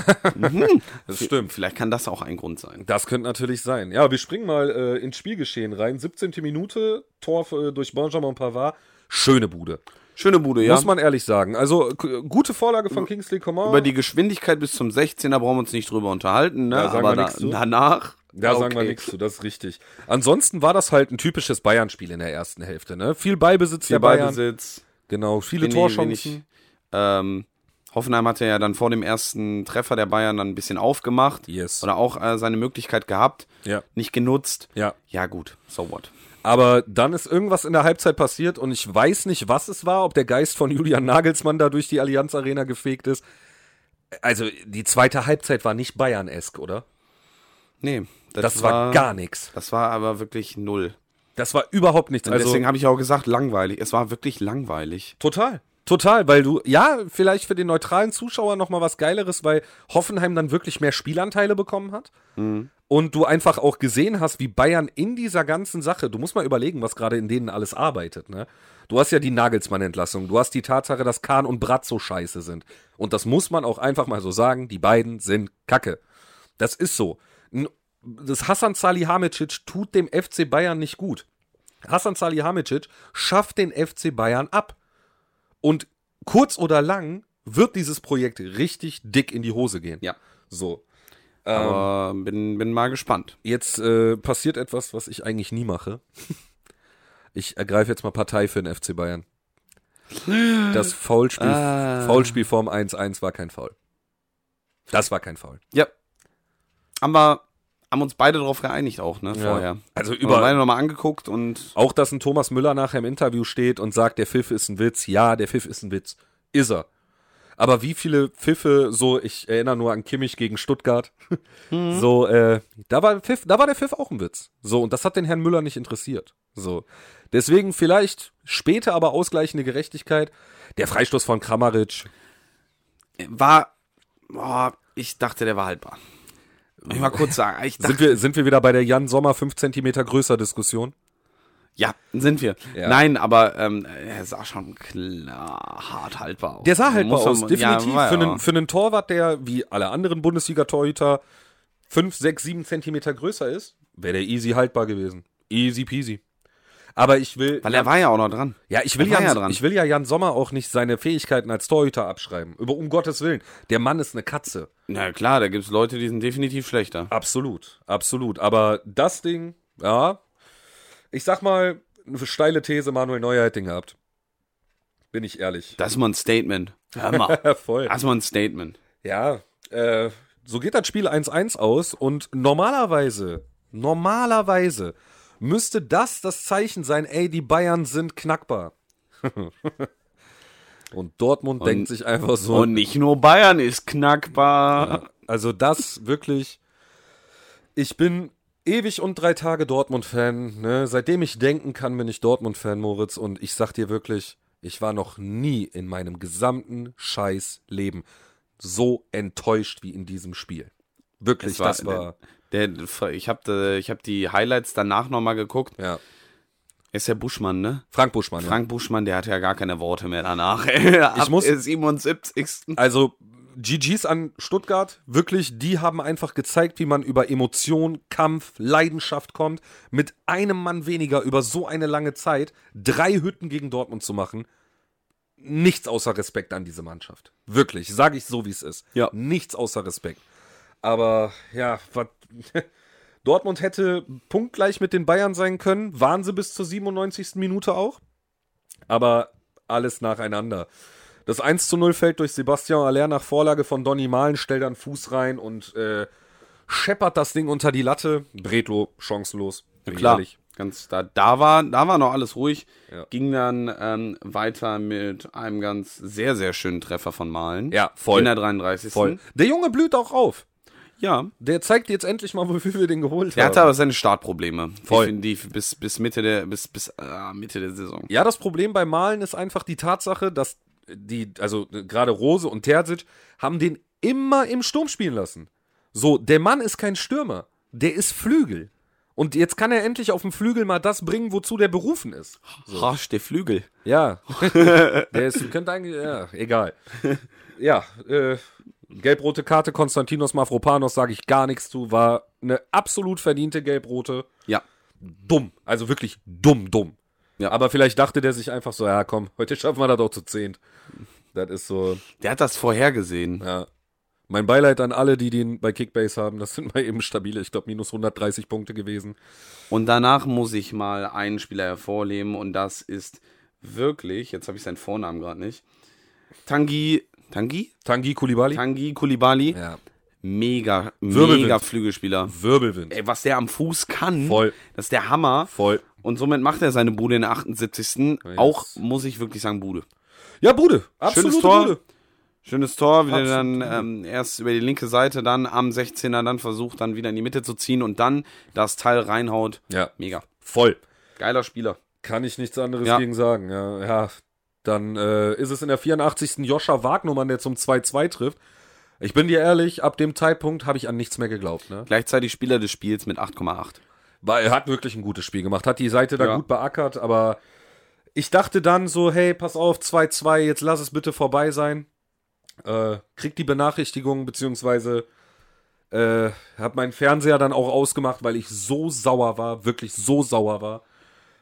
A: das stimmt.
B: Vielleicht kann das auch ein Grund sein.
A: Das könnte natürlich sein. Ja, wir springen mal äh, ins Spielgeschehen rein. 17. Minute, Tor äh, durch Benjamin Pavard. Schöne Bude.
B: Schöne Bude, ja.
A: Muss man ehrlich sagen. Also k- gute Vorlage von Kingsley Coman.
B: Über die Geschwindigkeit bis zum 16er brauchen wir uns nicht drüber unterhalten, ne?
A: Da sagen
B: Aber
A: wir
B: da,
A: nichts zu.
B: danach.
A: da sagen wir
B: okay.
A: nichts zu, das ist richtig. Ansonsten war das halt ein typisches Bayern-Spiel in der ersten Hälfte. Ne? Viel Ballbesitz
B: Viel
A: der Bayern.
B: Ballbesitz.
A: Genau, viele
B: wenig- wenig-
A: Torchancen.
B: Ähm, Hoffenheim hatte ja dann vor dem ersten Treffer der Bayern dann ein bisschen aufgemacht.
A: Yes.
B: Oder auch äh, seine Möglichkeit gehabt.
A: Ja.
B: Nicht genutzt.
A: Ja.
B: Ja, gut. So what?
A: Aber dann ist irgendwas in der Halbzeit passiert und ich weiß nicht, was es war, ob der Geist von Julian Nagelsmann da durch die Allianz Arena gefegt ist. Also die zweite Halbzeit war nicht Bayern-esk, oder?
B: Nee.
A: Das, war gar nichts.
B: Das war aber wirklich null.
A: Das war überhaupt nichts.
B: Und
A: Also
B: deswegen habe ich auch gesagt, langweilig. Es war wirklich langweilig.
A: total. Total, weil du, ja, vielleicht für den neutralen Zuschauer nochmal was Geileres, weil Hoffenheim dann wirklich mehr Spielanteile bekommen hat. Und du einfach auch gesehen hast, wie Bayern in dieser ganzen Sache, du musst mal überlegen, was gerade in denen alles arbeitet, ne? Du hast ja die Nagelsmann-Entlassung, du hast die Tatsache, dass Kahn und Bratz so scheiße sind. Und das muss man auch einfach mal so sagen, die beiden sind Kacke. Das ist so. N- Das Hassan Salihamidzic tut dem FC Bayern nicht gut. Hassan Salihamidzic schafft den FC Bayern ab. Und kurz oder lang wird dieses Projekt richtig dick in die Hose gehen.
B: Ja.
A: So. Ähm.
B: Aber bin, bin mal gespannt.
A: Jetzt äh, passiert etwas, was ich eigentlich nie mache. Ich ergreife jetzt mal Partei für den FC Bayern. Das Foulspiel,
B: Ah.
A: Foulspiel Form 1-1 war kein Foul. Das war kein Foul.
B: Ja. Haben wir haben uns beide darauf geeinigt auch, ne? Vorher.
A: Also
B: Über haben wir
A: über,
B: beide nochmal angeguckt und
A: Auch, dass ein Thomas Müller nachher im Interview steht und sagt, der Pfiff ist ein Witz. Ja, der Pfiff ist ein Witz. Ist er. Aber wie viele Pfiffe, so, ich erinnere nur an Kimmich gegen Stuttgart, so, äh, da war, Pfiff, da war der Pfiff auch ein Witz. So, und das hat den Herrn Müller nicht interessiert. So. Deswegen vielleicht später aber ausgleichende Gerechtigkeit. Der Freistoß von Kramaric
B: war. Boah, ich dachte, der war haltbar. Muss Ich mal kurz sagen. Ich dachte,
A: Sind wir, sind wir wieder bei der Jan Sommer 5 Zentimeter größer Diskussion?
B: Ja, sind wir.
A: Ja.
B: Nein, aber ähm, er sah schon klar hart haltbar aus.
A: Der sah halt mal
B: Muss man-
A: aus, definitiv.
B: Ja, war
A: für,
B: ja.
A: einen, für einen Torwart, der wie alle anderen Bundesliga-Torhüter 5, 6, 7 Zentimeter größer ist, wäre der easy haltbar gewesen. Easy peasy. Aber ich will,
B: Weil er war ja auch noch dran.
A: ja, ich will,
B: er war
A: Jan,
B: ja dran.
A: ich will ja Jan Sommer auch nicht seine Fähigkeiten als Torhüter abschreiben. Über, um Gottes Willen. Der Mann ist eine Katze.
B: Na klar, da gibt's Leute, die sind definitiv schlechter.
A: Absolut, absolut. Aber das Ding, ja, ich sag mal, eine steile These, Manuel Neuer hätte den gehabt. Bin ich ehrlich.
B: Das ist mal ein Statement. Hör mal.
A: Voll.
B: Das ist mal ein Statement.
A: Ja, äh, so geht das Spiel 1-1 aus und normalerweise, normalerweise müsste das das Zeichen sein, ey, die Bayern sind knackbar. und Dortmund denkt sich einfach so,
B: Und nicht nur Bayern ist knackbar.
A: also das wirklich, ich bin ewig und drei Tage Dortmund-Fan, ne? seitdem ich denken kann, bin ich Dortmund-Fan, Moritz, und ich sag dir wirklich, ich war noch nie in meinem gesamten scheiß Leben so enttäuscht wie in diesem Spiel. Wirklich,
B: Es war-
A: das war,
B: Der, ich habe ich hab die Highlights danach nochmal geguckt.
A: ja,
B: Ist der Buschmann, ne?
A: Frank Buschmann. ja.
B: Frank Buschmann, der hat ja gar keine Worte mehr danach. ich
A: muss-
B: Der 77.
A: Also GGs an Stuttgart, wirklich, die haben einfach gezeigt, wie man über Emotion, Kampf, Leidenschaft kommt, mit einem Mann weniger über so eine lange Zeit drei Hütten gegen Dortmund zu machen. Nichts außer Respekt an diese Mannschaft. Wirklich, sage ich so, wie es ist.
B: Ja.
A: Nichts außer Respekt. Aber ja, was. Dortmund hätte punktgleich mit den Bayern sein können, waren sie bis zur 97. Minute auch. Aber alles nacheinander. Das 1 zu 0 fällt durch Sebastian Aller nach Vorlage von Donny Mahlen, stellt dann Fuß rein und äh, scheppert das Ding unter die Latte. Bretlo chancenlos. bin ich
B: Klar.
A: ehrlich.
B: Ganz, da, da, war, da war noch alles ruhig.
A: Ja.
B: Ging dann ähm, weiter mit einem ganz sehr, sehr schönen Treffer von Malen.
A: Ja, voll.
B: In der 33.
A: Voll. Der Junge blüht auch auf.
B: Ja.
A: Der zeigt jetzt endlich mal, wofür wir den geholt
B: Der hatte
A: haben.
B: aber seine Startprobleme.
A: Voll.
B: Definitiv. Bis, bis Mitte der, bis, bis, äh, Mitte der Saison.
A: Ja, das Problem bei Malen ist einfach die Tatsache, dass die, also äh, gerade Rose und Terzic, haben den immer im Sturm spielen lassen. So, der Mann ist kein Stürmer, der ist Flügel. Und jetzt kann er endlich auf dem Flügel mal das bringen, wozu der berufen ist.
B: Rasch, der Flügel.
A: Ja. der ist, könnte eigentlich, ja, egal. Ja, äh, gelb-rote Karte, Konstantinos Mafropanos, sage ich gar nichts zu, war eine absolut verdiente gelb-rote.
B: Ja.
A: Dumm, also wirklich dumm, dumm.
B: Ja.
A: Aber vielleicht dachte der sich einfach so, ja komm, heute schaffen wir das auch zu zehnt. Das ist so,
B: Der hat das vorhergesehen.
A: ja. Mein Beileid an alle, die den bei Kickbase haben, das sind mal eben stabile, ich glaube, minus 130 Punkte gewesen.
B: Und danach muss ich mal einen Spieler hervorheben und das ist wirklich, jetzt habe ich seinen Vornamen gerade nicht, Tangi, Tangi?
A: Tangi Kulibali.
B: Tangi Kulibali.
A: ja.
B: Mega,
A: Wirbelwind.
B: mega Flügelspieler.
A: Wirbelwind.
B: Ey, was der am Fuß kann,
A: Voll.
B: das ist der Hammer.
A: Voll.
B: Und somit macht er seine Bude in der 78. Auch, muss ich wirklich sagen, Bude.
A: Ja, Bude. Absolute
B: Tor.
A: Bude.
B: Schönes Tor, wieder
A: Absolut.
B: dann ähm, erst über die linke Seite, dann am 16er, dann versucht, dann wieder in die Mitte zu ziehen und dann das Teil reinhaut.
A: Ja,
B: Mega.
A: voll.
B: Geiler Spieler.
A: Kann ich nichts anderes
B: Ja.
A: gegen sagen. Ja, ja. dann äh, ist es in der 84. Joscha Wagnumann, der zum 2-2 trifft. Ich bin dir ehrlich, ab dem Zeitpunkt habe ich an nichts mehr geglaubt. Ne?
B: Gleichzeitig Spieler des Spiels mit 8,8.
A: Weil er hat wirklich ein gutes Spiel gemacht, hat die Seite da
B: Ja.
A: gut beackert, aber ich dachte dann so, hey, pass auf, 2-2, jetzt lass es bitte vorbei sein. Äh, krieg die Benachrichtigung, beziehungsweise äh, hab meinen Fernseher dann auch ausgemacht, weil ich so sauer war, wirklich so sauer war.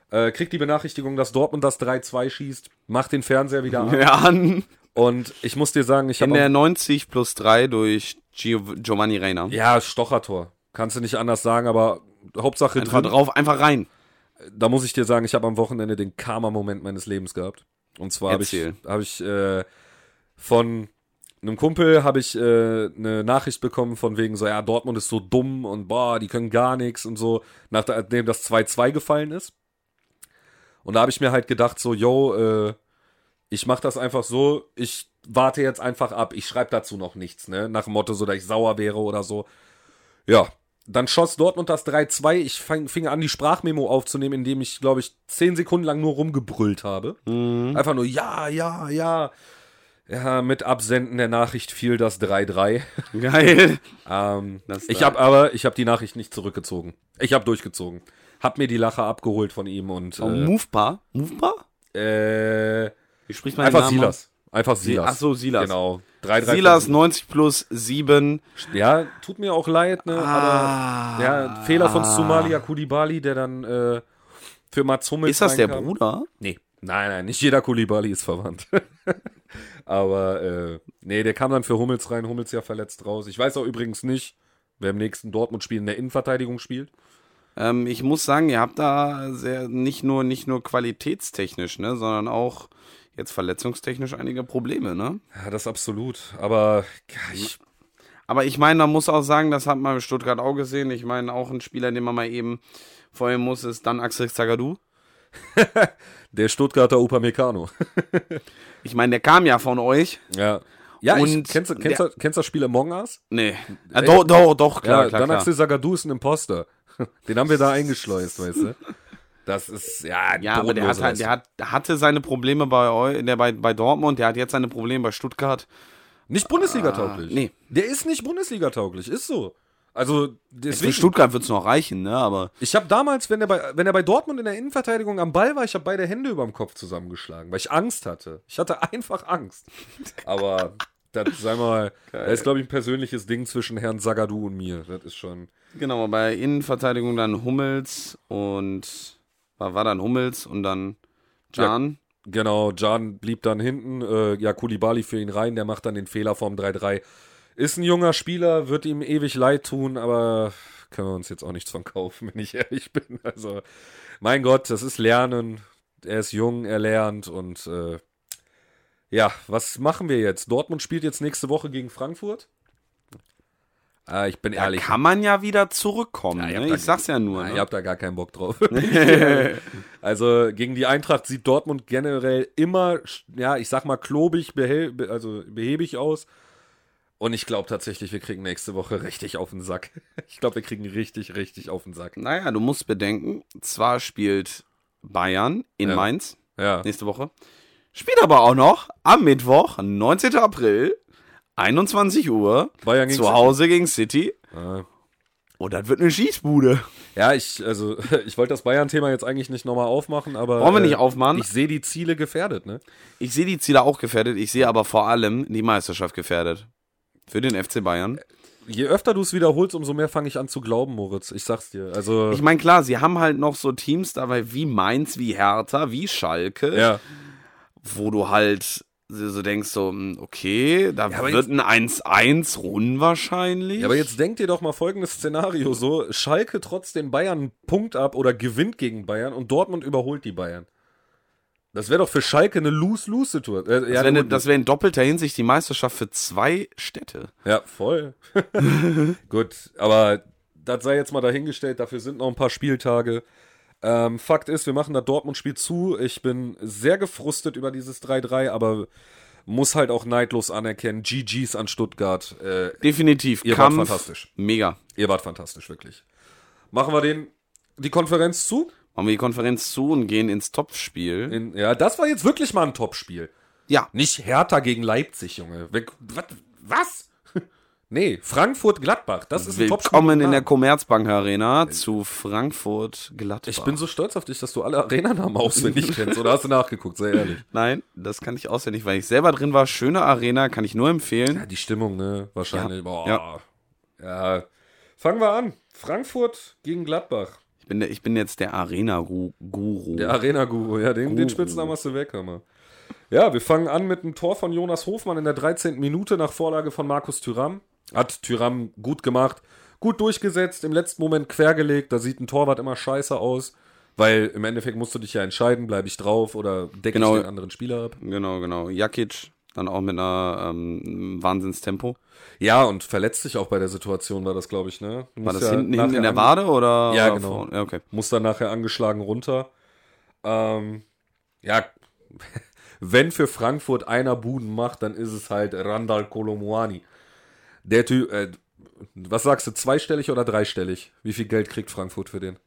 A: Äh, krieg die Benachrichtigung, dass Dortmund das 3-2 schießt, mach den Fernseher wieder an.
B: Ja, oh. an.
A: Und ich muss dir sagen, ich
B: In
A: habe
B: der 90 plus 3 durch Gio Giovanni Reina.
A: Ja, Stochertor. Kannst du nicht anders sagen, aber Hauptsache
B: Einfach
A: drin.
B: drauf, einfach rein.
A: da muss ich dir sagen, ich habe am Wochenende den Karma-Moment meines Lebens gehabt. Und zwar habe ich,
B: Erzähl.
A: hab ich äh, von einem Kumpel habe ich äh, eine Nachricht bekommen von wegen so, ja, Dortmund ist so dumm und boah, die können gar nichts und so, nachdem das 2-2 gefallen ist. Und da habe ich mir halt gedacht so, yo, äh, ich mache das einfach so, ich warte jetzt einfach ab, ich schreibe dazu noch nichts, ne, nach dem Motto so, dass ich sauer wäre oder so. Ja, dann schoss Dortmund das 3-2. Ich fang, fing an, die Sprachmemo aufzunehmen, indem ich, glaube ich, zehn Sekunden lang nur rumgebrüllt habe.
B: Mhm.
A: Einfach nur, ja, ja, ja. Ja, mit Absenden der Nachricht fiel das Ähm, 3-3.
B: Geil.
A: Ähm,
B: Das
A: ich
B: drei-
A: habe aber, ich habe die Nachricht nicht zurückgezogen. Ich habe durchgezogen. hab mir die Lache abgeholt von ihm und
B: Oh, Movebar? Movebar?
A: äh, äh,
B: Wie spricht man den
A: einfach
B: Namen aus?
A: Silas. Einfach Silas.
B: Ach so, Silas.
A: Genau. 3,
B: Silas 90 plus 7.
A: Ja, tut mir auch leid, ne?
B: Ah.
A: aber ja, Fehler von Somalia Kulibali, der dann äh, für Mats Hummels
B: Ist das der
A: reinkam.
B: Bruder?
A: Nee, nein, nein, nicht jeder Kulibali ist verwandt. Aber äh, nee, der kam dann für Hummels rein, Hummels ja verletzt raus. Ich weiß auch übrigens nicht, wer im nächsten Dortmund-Spiel in der Innenverteidigung spielt.
B: Ähm, ich muss sagen, ihr habt da sehr, nicht nur, nicht nur qualitätstechnisch, ne, sondern auch jetzt verletzungstechnisch einige Probleme, ne?
A: Ja, das absolut. Aber ja, ich,
B: Aber ich meine, man muss auch sagen, das hat man in Stuttgart auch gesehen. Ich meine, auch ein Spieler, den man mal eben vorher muss, ist dann Axel Zagadou.
A: der Stuttgarter Upamecano.
B: Ich meine, der kam ja von euch.
A: ja. Ja,
B: Und
A: ich, kennst, du- kennst,
B: der-
A: du- kennst du das Spiel Among Us?
B: Nee. Ah, doch, doch, doch, klar,
A: ja,
B: klar,
A: dann
B: klar.
A: Axel Sagadou ist ein Imposter. Den haben wir da eingeschleust, weißt du? Das ist, ja,
B: Ja, aber der, hat, halt- der hat, hatte seine Probleme bei, eu- der bei, bei Dortmund, der hat jetzt seine Probleme bei Stuttgart.
A: Nicht Bundesliga-tauglich.
B: Ah, nee.
A: Der ist nicht Bundesliga-tauglich, ist so. Also,
B: Für
A: deswegen,
B: Stuttgart wird's noch reichen, ne? Aber
A: ich habe damals, wenn er, bei, wenn er bei Dortmund in der Innenverteidigung am Ball war, ich habe beide Hände überm Kopf zusammengeschlagen, weil ich Angst hatte. Ich hatte einfach Angst. Aber, das, sei mal, das ist, glaube ich, ein persönliches Ding zwischen Herrn Sagadou und mir. Das ist schon,
B: genau, bei Innenverteidigung dann Hummels und war, war dann Hummels und dann Jan.
A: Genau, Can blieb dann hinten, äh, ja, Kulibali für ihn rein, der macht dann den Fehler vom 3-3. Ist ein junger Spieler, wird ihm ewig leid tun, aber können wir uns jetzt auch nichts von kaufen, wenn ich ehrlich bin. Also, mein Gott, das ist Lernen. Er ist jung, er lernt und äh, ja, was machen wir jetzt? Dortmund spielt jetzt nächste Woche gegen Frankfurt. Ah, ich bin
B: Da
A: ehrlich,
B: kann man ja wieder zurückkommen,
A: Ja, ihr habt
B: ne?
A: da-
B: Ich sag's ja nur.
A: Nein,
B: ne?
A: Ihr habt da gar keinen Bock drauf. also gegen die Eintracht sieht Dortmund generell immer, sch- ja, ich sag mal, klobig, behel- be- also behäbig aus. Und ich glaube tatsächlich, wir kriegen nächste Woche richtig auf den Sack. Ich glaube, wir kriegen richtig, richtig auf den Sack.
B: Naja, du musst bedenken, zwar spielt Bayern in
A: Ja.
B: Mainz
A: Ja.
B: nächste Woche, spielt aber auch noch am Mittwoch, 19. April, 21 Uhr,
A: Bayern gegen
B: zu Hause gegen City.
A: Ah.
B: Oh, das wird eine Schießbude.
A: Ja, ich, also, ich wollte das Bayern-Thema jetzt eigentlich nicht nochmal aufmachen, aber. äh,
B: Wollen wir nicht aufmachen?
A: Ich sehe die Ziele gefährdet, ne?
B: Äh, Ich sehe die Ziele auch gefährdet, ich sehe aber vor allem die Meisterschaft gefährdet. Für den FC Bayern.
A: Je öfter du es wiederholst, umso mehr fange ich an zu glauben, Moritz. Ich sag's dir. Also.
B: Ich meine, klar, sie haben halt noch so Teams dabei wie Mainz, wie Hertha, wie Schalke,
A: ja.
B: wo du halt so so denkst, so, hm, okay, da
A: aber
B: wird ein 1-1 unwahrscheinlich.
A: Ja, aber jetzt denkt ihr doch mal folgendes Szenario so, Schalke trotz den Bayern einen Punkt ab oder gewinnt gegen Bayern und Dortmund überholt die Bayern. Das wäre doch für Schalke eine Lose-Lose-Situation. Äh,
B: Das
A: ja,
B: wäre
A: gut,
B: das wär in doppelter Hinsicht die Meisterschaft für zwei Städte.
A: ja, voll. gut, aber das sei jetzt mal dahingestellt, dafür sind noch ein paar Spieltage. Ähm, Fakt ist, wir machen das Dortmund-Spiel zu. Ich bin sehr gefrustet über dieses 3-3, aber muss halt auch neidlos anerkennen, GGs an Stuttgart. Äh,
B: Definitiv.
A: Ihr wart
B: Kampf.
A: fantastisch.
B: Mega.
A: Ihr wart fantastisch, wirklich. Machen wir den, die Konferenz zu?
B: Machen wir die Konferenz zu und gehen ins Topfspiel.
A: In, ja, das war jetzt wirklich mal ein Topspiel.
B: Ja.
A: Nicht Hertha gegen Leipzig, Junge. Wer- wat- Was? Nee, Frankfurt-Gladbach. Das ist ein Topspiel. Ah, Äh,
B: Willkommen in der Commerzbank Arena zu Frankfurt Gladbach.
A: Ich bin so stolz auf dich, dass du alle Arenanamen auswendig kennst. Oder hast du nachgeguckt, sei ehrlich.
B: Nein, das kann ich auswendig, weil ich selber drin war. Schöne Arena, kann ich nur empfehlen.
A: Ja, die Stimmung, ne? Wahrscheinlich. Ja.
B: Ja.
A: Boah. Ja. Fangen wir an. Frankfurt gegen Gladbach.
B: Ich bin, der, ich bin jetzt der Arena-Guru.
A: Der Arena-Guru, ja, den, den
B: Guru.
A: Spitznamen hast du weg, hör mal. Ja, wir fangen an mit einem Tor von Jonas Hofmann in der 13. Minute nach Vorlage von Markus Thüram. Hat Thüram gut gemacht, gut durchgesetzt, im letzten Moment quergelegt. Da sieht ein Torwart immer scheiße aus, weil im Endeffekt musst du dich ja entscheiden, bleibe ich drauf oder decke
B: Genau.
A: ich den anderen Spieler ab.
B: Genau, genau. Jakic, dann auch mit einer ähm, Wahnsinnstempo.
A: Ja, und verletzt dich auch bei der Situation, war das, glaube ich, ne? Du
B: War
A: musst
B: das
A: ja
B: hinten, hinten
A: nachher
B: in der
A: an-
B: Wade oder?
A: Ja,
B: oder
A: genau.
B: vorne? Ja, okay.
A: muss dann nachher angeschlagen runter. Ähm, ja, wenn für Frankfurt einer Buden macht, dann ist es halt Randall Kolomuani. Der Typ, äh, was sagst du, zweistellig oder dreistellig? Wie viel Geld kriegt Frankfurt für den?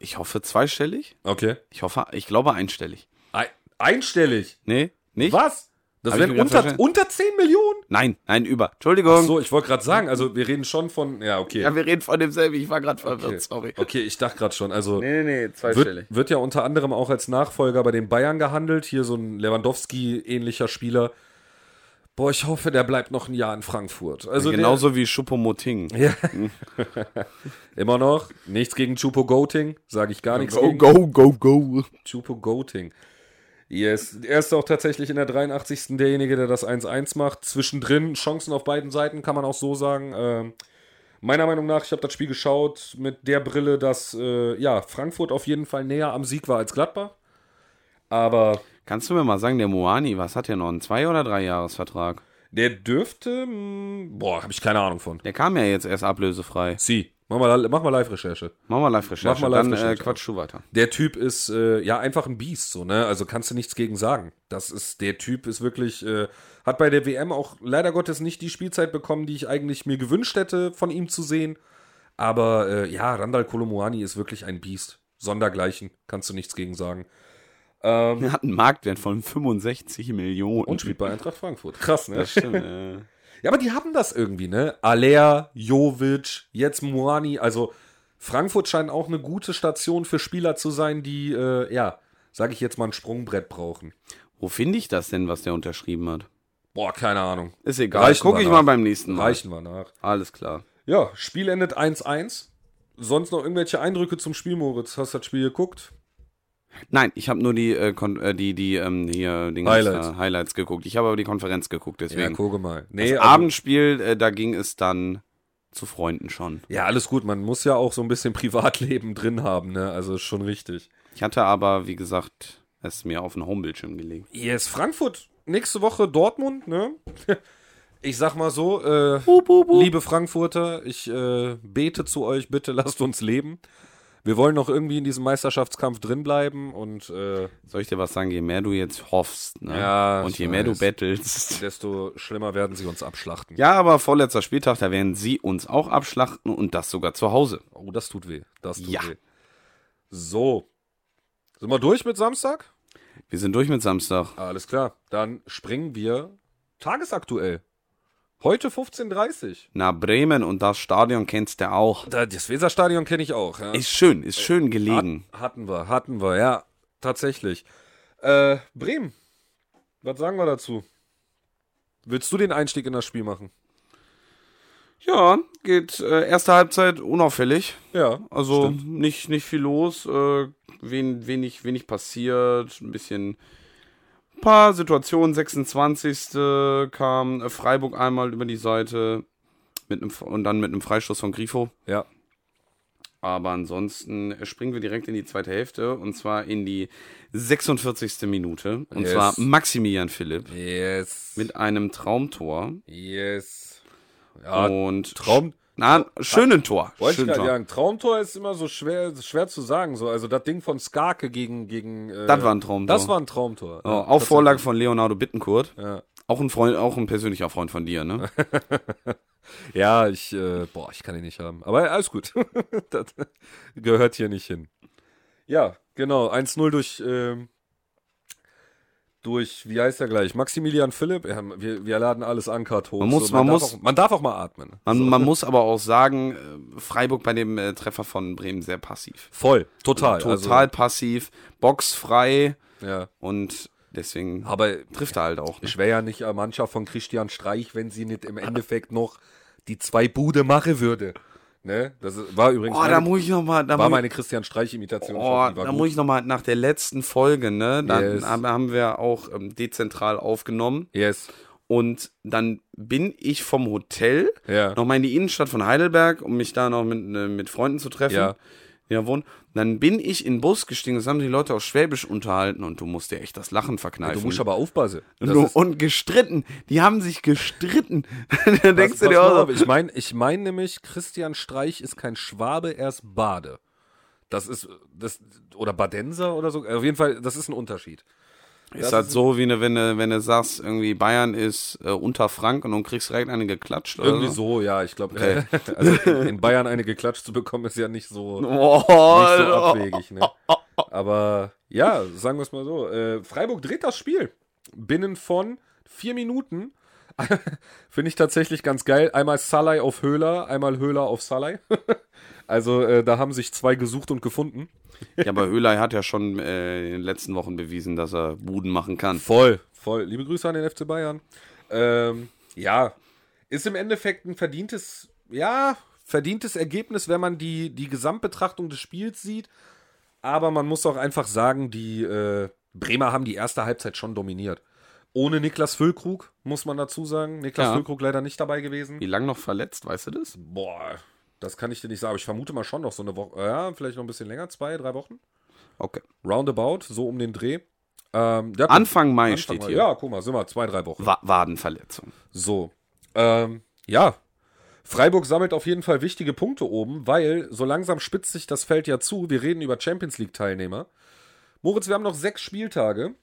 B: Ich hoffe zweistellig.
A: Okay.
B: Ich hoffe, ich glaube einstellig.
A: Ei- Einstellig?
B: Nee, nicht?
A: Was? Das
B: Hab ich
A: wären
B: mir grad
A: unter,
B: verstanden.
A: unter 10 Millionen.
B: Nein, nein, über. Entschuldigung.
A: So, ich wollte gerade sagen, also wir reden schon von. Ja, okay.
B: Ja, wir reden von demselben. Ich war gerade verwirrt,
A: okay.
B: sorry.
A: Okay, ich dachte gerade schon. Also
B: Nee, nee, nee,
A: wird, wird ja unter anderem auch als Nachfolger bei den Bayern gehandelt. Hier so ein Lewandowski-ähnlicher Spieler. Boah, ich hoffe, der bleibt noch ein Jahr in Frankfurt. Also der-
B: Genauso wie Schuppomoting.
A: Immer noch. Nichts gegen Chupo Goating. Sage ich gar nichts gegen.
B: go, go, go.
A: Chupo Goating. Yes. Er ist auch tatsächlich in der 83. derjenige, der das 1-1 macht. Zwischendrin Chancen auf beiden Seiten, kann man auch so sagen. Ähm, meiner Meinung nach, ich habe das Spiel geschaut mit der Brille, dass äh, ja, Frankfurt auf jeden Fall näher am Sieg war als Gladbach. Aber
B: Kannst du mir mal sagen, der Moani, was hat der noch? Ein Zwei- oder Drei-Jahres-Vertrag?
A: der dürfte. mh, boah, habe ich keine Ahnung von.
B: Der kam ja jetzt erst ablösefrei.
A: Sie. Mach mal, mach mal Live-Recherche.
B: Machen wir Live-Recherche.
A: Mach mal
B: Dann äh,
A: Live-Recherche.
B: quatsch du weiter.
A: der Typ ist äh, ja einfach ein Biest, so, ne? Also kannst du nichts gegen sagen. Das ist, der Typ ist wirklich, äh, hat bei der WM auch leider Gottes nicht die Spielzeit bekommen, die ich eigentlich mir gewünscht hätte, von ihm zu sehen. Aber äh, ja, Randall Kolomoani ist wirklich ein Biest. Sondergleichen, kannst du nichts gegen sagen. Ähm,
B: Er hat einen Marktwert von 65 Millionen.
A: und spielt bei Eintracht Frankfurt. Krass, ne?
B: Das stimmt. äh.
A: Ja, aber die haben das irgendwie, ne? Alea, Jovic, jetzt Moani. Also Frankfurt scheint auch eine gute Station für Spieler zu sein, die, äh, ja, sage ich jetzt mal, ein Sprungbrett brauchen.
B: Wo finde ich das denn, was der unterschrieben hat?
A: Boah, keine Ahnung.
B: Ist egal.
A: Reichen
B: Guck
A: wir
B: ich
A: nach.
B: mal beim nächsten Mal.
A: Reichen wir nach.
B: Alles klar.
A: Ja, Spiel endet 1-1. Sonst noch irgendwelche Eindrücke zum Spiel, Moritz? Hast du das Spiel geguckt?
B: Nein, ich habe nur die, äh, Kon äh, die, die ähm, hier, den
A: Highlights.
B: äh, Highlights geguckt. Ich habe aber die Konferenz geguckt, deswegen.
A: gucke mal.
B: das
A: Nee, also,
B: Abendspiel, äh, da ging es dann zu Freunden schon.
A: Ja, alles gut. Man muss ja auch so ein bisschen Privatleben drin haben, ne? Also ist schon richtig.
B: Ich hatte aber, wie gesagt, es mir auf den Homebildschirm gelegt.
A: Yes, Frankfurt. Nächste Woche Dortmund, ne? Ich sag mal so, äh, liebe Frankfurter, ich äh, bete zu euch, bitte lasst uns leben. Wir wollen noch irgendwie in diesem Meisterschaftskampf drinbleiben und äh,
B: Soll ich dir was sagen? Je mehr du jetzt hoffst, ne?
A: Ja,
B: und
A: ich
B: je mehr
A: weiß.
B: du bettelst.
A: desto schlimmer werden sie uns abschlachten.
B: Ja, aber vorletzter Spieltag, da werden sie uns auch abschlachten und das sogar zu Hause.
A: Oh, das tut weh. Das tut
B: Ja.
A: weh. So. Sind wir durch mit Samstag?
B: Wir sind durch mit Samstag.
A: Alles klar. Dann springen wir tagesaktuell. Heute 15.30
B: Na, Bremen und das Stadion kennst du auch.
A: Uhr. Das Weserstadion kenne ich auch. Ja.
B: Ist schön, ist schön gelegen.
A: Hat, hatten wir, hatten wir, ja. Tatsächlich. Äh, Bremen. Was sagen wir dazu? Willst du den Einstieg in das Spiel machen?
B: Ja, geht äh, erste Halbzeit unauffällig.
A: Ja.
B: Also nicht, nicht viel los, äh, wen, wenig, wenig passiert, ein bisschen ein paar Situationen. 26. kam äh, Freiburg einmal über die Seite mit einem, F- und dann mit einem Freistoß von Grifo.
A: Ja.
B: Aber ansonsten springen wir direkt in die zweite Hälfte und zwar in die 46. Minute. Und
A: Yes.
B: zwar Maximilian Philipp
A: Yes.
B: mit einem Traumtor.
A: yes. Ja,
B: und
A: Traum.
B: Na, schönen Tor.
A: Wollte ich
B: Schönen
A: gerade
B: Tor.
A: sagen, Traumtor ist immer so schwer, schwer zu sagen. So. Also das Ding von Skarke gegen. gegen äh,
B: Das war ein Traumtor.
A: Das war ein Traumtor.
B: Oh, auch Vorlage von Leonardo Bittencourt.
A: Ja.
B: Auch ein Freund, auch ein persönlicher Freund von dir, ne?
A: Ja, ich, äh, boah, ich kann ihn nicht haben. Aber alles gut. das gehört hier nicht hin. Ja, genau. 1-0 durch, ähm, durch, wie heißt er gleich? Maximilian Philipp. Ja, wir, wir laden alles an, Kart hoch.
B: Man muss- man
A: darf
B: muss-
A: Auch, man darf auch mal atmen.
B: Man, man muss aber auch sagen, äh, Freiburg bei dem äh, Treffer von Bremen sehr passiv.
A: Voll, total.
B: Total passiv, boxfrei
A: Also, ja.
B: und deswegen
A: Aber
B: trifft er halt auch. Ne?
A: ich wäre ja nicht eine Mannschaft von Christian Streich, wenn sie nicht im Endeffekt noch die zwei Bude machen würde. Ne? Das ist- war übrigens
B: Oh, da
A: meine,
B: muss ich nochmal, da,
A: war
B: muss ich-
A: meine Christian Streich-Imitation. Ich
B: oh,
A: hoffe, die war
B: da
A: gut.
B: muss ich noch mal nach der letzten Folge, ne? Da
A: Yes.
B: haben- haben wir auch ähm, dezentral aufgenommen
A: yes.
B: und dann bin ich vom Hotel
A: Ja.
B: nochmal in die Innenstadt von Heidelberg, um mich da noch mit, äh, mit Freunden zu treffen,
A: Ja.
B: die da wohnen. Dann bin ich in den Bus gestiegen, das haben die Leute auf Schwäbisch unterhalten und du musst dir echt das Lachen verkneifen.
A: Du musst aber aufpassen. Das
B: Nur-
A: ist-
B: und gestritten, die haben sich gestritten. da denkst
A: pass-
B: du dir
A: pass mal
B: auch
A: auf,
B: so,
A: ich meine ich mein nämlich, Christian Streich ist kein Schwabe, er ist Bade. Das ist, das, oder Badenser oder so. Auf jeden Fall, das ist ein Unterschied.
B: ist halt so, wie ne, wenn du wenn du sagst, irgendwie Bayern ist äh, unter Frank und du kriegst direkt eine geklatscht. oder
A: Irgendwie so, ja, ich glaube, also in- in Bayern eine geklatscht zu bekommen, ist ja nicht so, nicht
B: Oh,
A: so
B: Alter.
A: abwegig. Ne? Aber ja, sagen wir es mal so. Äh, Freiburg dreht das Spiel. Binnen von vier Minuten. Finde ich tatsächlich ganz geil. Einmal Salai auf Höhler, einmal Höhler auf Salai. also äh, da haben sich zwei gesucht und gefunden.
B: Ja, aber Höhler hat ja schon äh, in den letzten Wochen bewiesen, dass er Buden machen kann.
A: Voll, voll. Liebe Grüße an den FC Bayern. Ähm, ja, ist im Endeffekt ein verdientes, ja, verdientes Ergebnis, wenn man die, die Gesamtbetrachtung des Spiels sieht. Aber man muss auch einfach sagen, die äh, Bremer haben die erste Halbzeit schon dominiert. Ohne Niklas Füllkrug, muss man dazu sagen. Niklas
B: Ja.
A: Füllkrug leider nicht dabei gewesen.
B: Wie lange noch verletzt, weißt du das?
A: Boah, das kann ich dir nicht sagen, aber ich vermute mal schon noch so eine Woche, äh, ja, vielleicht noch ein bisschen länger, zwei, drei Wochen.
B: Okay.
A: Roundabout, so um den Dreh. Ähm, der hat-
B: Anfang Mai
A: Anfang
B: steht
A: mal-
B: hier.
A: Ja, guck mal, sind wir zwei, drei Wochen.
B: Wa Wadenverletzung.
A: So. Ähm, ja. Freiburg sammelt auf jeden Fall wichtige Punkte oben, weil so langsam spitzt sich das Feld ja zu. Wir reden über Champions League-Teilnehmer. Moritz, wir haben noch sechs Spieltage.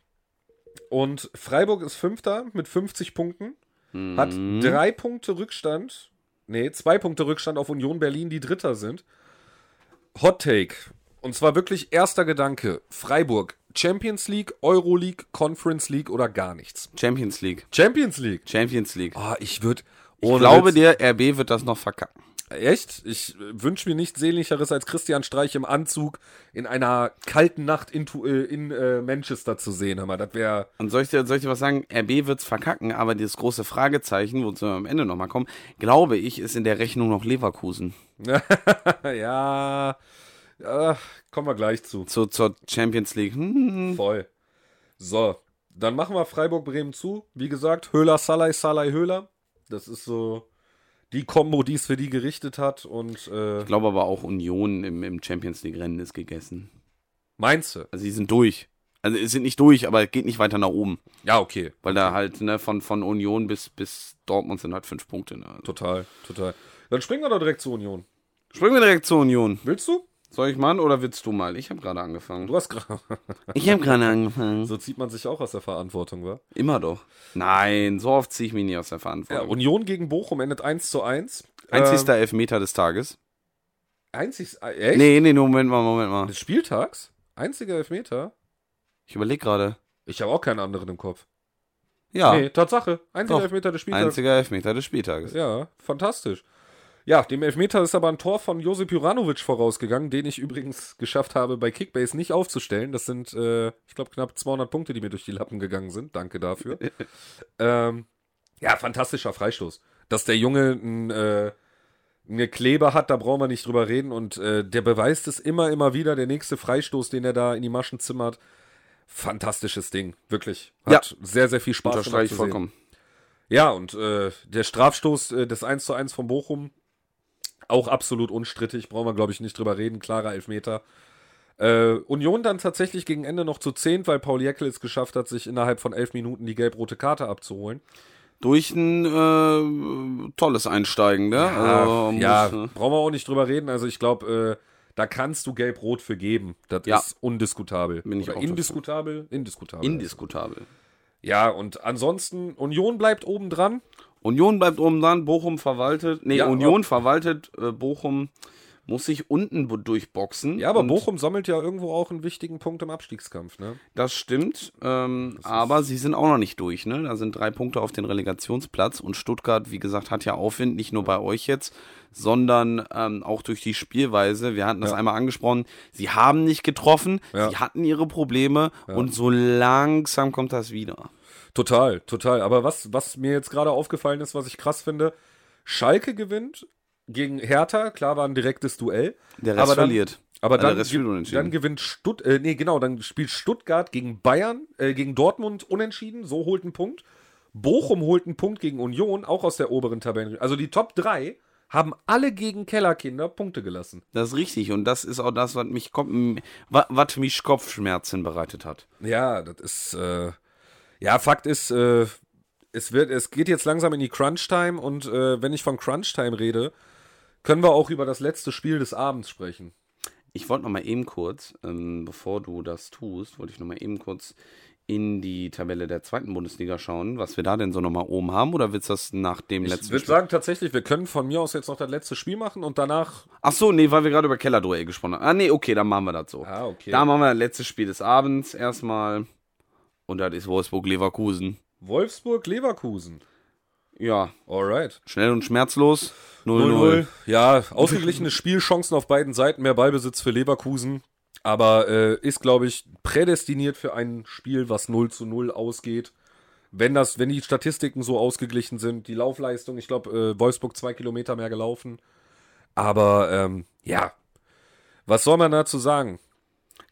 A: Und Freiburg ist Fünfter mit 50 Punkten. Hat drei Punkte Rückstand. Nee, zwei Punkte Rückstand auf Union Berlin, die Dritter sind. Hot Take. Und zwar wirklich erster Gedanke. Freiburg, Champions League, Euro League, Conference League oder gar nichts.
B: Champions League.
A: Champions League.
B: Champions League.
A: Ah, ich würde.
B: Ich glaube, der RB wird das noch verkacken.
A: echt? Ich wünsche mir nichts sehnlicheres als Christian Streich im Anzug in einer kalten Nacht in, Tu- äh, in äh, Manchester zu sehen. Hör mal, das wäre.
B: Und soll ich, dir, soll ich dir was sagen? RB wird's verkacken, aber dieses große Fragezeichen, wozu wir am Ende nochmal kommen, glaube ich, ist in der Rechnung noch Leverkusen.
A: ja. Äh, kommen wir gleich zu.
B: Zu, zur Champions League. Hm.
A: Voll. So, dann machen wir Freiburg-Bremen zu. Wie gesagt, Höhler, Salai, Salai, Höhler. Das ist so die Kombo, die es für die gerichtet hat. Und äh,
B: Ich glaube aber auch Union im, im Champions League-Rennen ist gegessen.
A: meinst du?
B: Also sie sind durch. Also sie sind nicht durch, aber es geht nicht weiter nach oben.
A: Ja, okay.
B: Weil da halt ne, von, von Union bis, bis Dortmund sind halt fünf Punkte. Ne? Also.
A: Total, total. Dann springen wir doch direkt zur Union.
B: Springen wir direkt zur Union.
A: Willst du?
B: Soll ich machen oder willst du mal? Ich habe gerade angefangen.
A: Du hast gerade.
B: Ich habe gerade angefangen.
A: So zieht man sich auch aus der Verantwortung, wa?
B: Immer doch. Nein, so oft ziehe ich mich nie aus der
A: Ja,
B: Verantwortung. Ähm,
A: Union gegen Bochum endet 1 zu Ähm, 1.
B: Einzigster Elfmeter des Tages.
A: Ähm, einzig, echt?
B: Nee, nee, Moment mal, Moment mal.
A: Des Spieltags? Einziger Elfmeter?
B: Ich überlege gerade.
A: Ich habe auch keinen anderen im Kopf.
B: Ja,
A: Nee, Tatsache. Einziger
B: Doch.
A: Elfmeter des Spieltags.
B: einziger Elfmeter des Spieltages.
A: Ja, fantastisch. Ja, dem Elfmeter ist aber ein Tor von Josip Juranovic vorausgegangen, den ich übrigens geschafft habe, bei Kickbase nicht aufzustellen. Das sind, äh, ich glaube, knapp 200 Punkte, die mir durch die Lappen gegangen sind. Danke dafür. ähm, ja, fantastischer Freistoß. Dass der Junge ein, äh, eine Kleber hat, da brauchen wir nicht drüber reden. Und äh, der beweist es immer, immer wieder. Der nächste Freistoß, den er da in die Maschen zimmert. Fantastisches Ding, wirklich. Hat sehr, sehr viel Spaß
B: Unterstreiche ich
A: zu sehen.
B: vollkommen.
A: Ja, und äh, der Strafstoß äh, des 1 zu 1 von Bochum, auch absolut unstrittig, brauchen wir, glaube ich, nicht drüber reden, klarer Elfmeter. Äh, Union dann tatsächlich gegen Ende noch zu 10, weil Paul Jäckel es geschafft hat, sich innerhalb von elf Minuten die gelb-rote Karte abzuholen.
B: Durch ein äh, tolles Einsteigen, ne? Also, muss,
A: ja,
B: ne?
A: brauchen wir auch nicht drüber reden. Also ich glaube, äh, da kannst du gelb-rot für geben. Das
B: Ja.
A: ist undiskutabel.
B: Bin ich
A: Oder
B: auch dazu.
A: indiskutabel?
B: äh,
A: Indiskutabel.
B: Indiskutabel.
A: ja, und ansonsten, Union bleibt oben dran.
B: Union bleibt oben dran, Bochum verwaltet. Nee,
A: Ja,
B: Union verwaltet, äh, Bochum muss sich unten bo- durchboxen.
A: Ja, aber
B: Und
A: Bochum sammelt ja irgendwo auch einen wichtigen Punkt im Abstiegskampf, ne?
B: Das stimmt, ähm, aber sie sind auch noch nicht durch. Ne? Da sind drei Punkte auf den Relegationsplatz und Stuttgart, wie gesagt, hat ja Aufwind, nicht nur bei euch jetzt, sondern ähm, auch durch die Spielweise. Wir hatten das einmal angesprochen, sie haben nicht getroffen,
A: Ja.
B: sie hatten ihre Probleme und so langsam kommt das wieder.
A: Total, total. Aber was, was mir jetzt gerade aufgefallen ist, was ich krass finde, Schalke gewinnt gegen Hertha, klar war ein direktes Duell.
B: Der Rest
A: aber dann,
B: verliert.
A: Aber
B: Also der
A: dann,
B: Rest spielt
A: ge-
B: unentschieden.
A: dann gewinnt Stutt äh, nee, genau, dann spielt Stuttgart gegen Bayern, äh, gegen Dortmund unentschieden, so holt einen Punkt. Bochum holt einen Punkt gegen Union, auch aus der oberen Tabelle. Also die Top 3 haben alle gegen Kellerkinder Punkte gelassen.
B: Das ist richtig und das ist auch das, was mich, Kopf- wa- was mich Kopfschmerzen bereitet hat.
A: Ja, das ist. Äh, ja, Fakt ist, äh, es, wird, es geht jetzt langsam in die Crunch-Time und äh, wenn ich von Crunch-Time rede, können wir auch über das letzte Spiel des Abends sprechen.
B: Ich wollte noch mal eben kurz, ähm, bevor du das tust, wollte ich noch mal eben kurz in die Tabelle der zweiten Bundesliga schauen, was wir da denn so noch mal oben haben. Oder willst du das nach dem
A: Ich
B: letzten
A: würde sagen, tatsächlich, wir können von mir aus jetzt noch das letzte Spiel machen und danach.
B: Ach so, nee, weil wir gerade über Kellerduell gesprochen haben. Ah nee, okay, dann machen wir das so.
A: Ah, okay.
B: Da machen wir das letzte Spiel des Abends erstmal. Und das ist Wolfsburg-Leverkusen.
A: Wolfsburg, Leverkusen.
B: Ja,
A: Alright.
B: schnell und schmerzlos. 0-0.
A: 0-0. Ja, ausgeglichene Spielchancen auf beiden Seiten, mehr Ballbesitz für Leverkusen. Aber äh, ist, glaube ich, prädestiniert für ein Spiel, was 0 zu 0 ausgeht. Wenn das, wenn die Statistiken so ausgeglichen sind, die Laufleistung, ich glaube, äh, Wolfsburg zwei Kilometer mehr gelaufen. Aber ähm, ja, was soll man dazu sagen?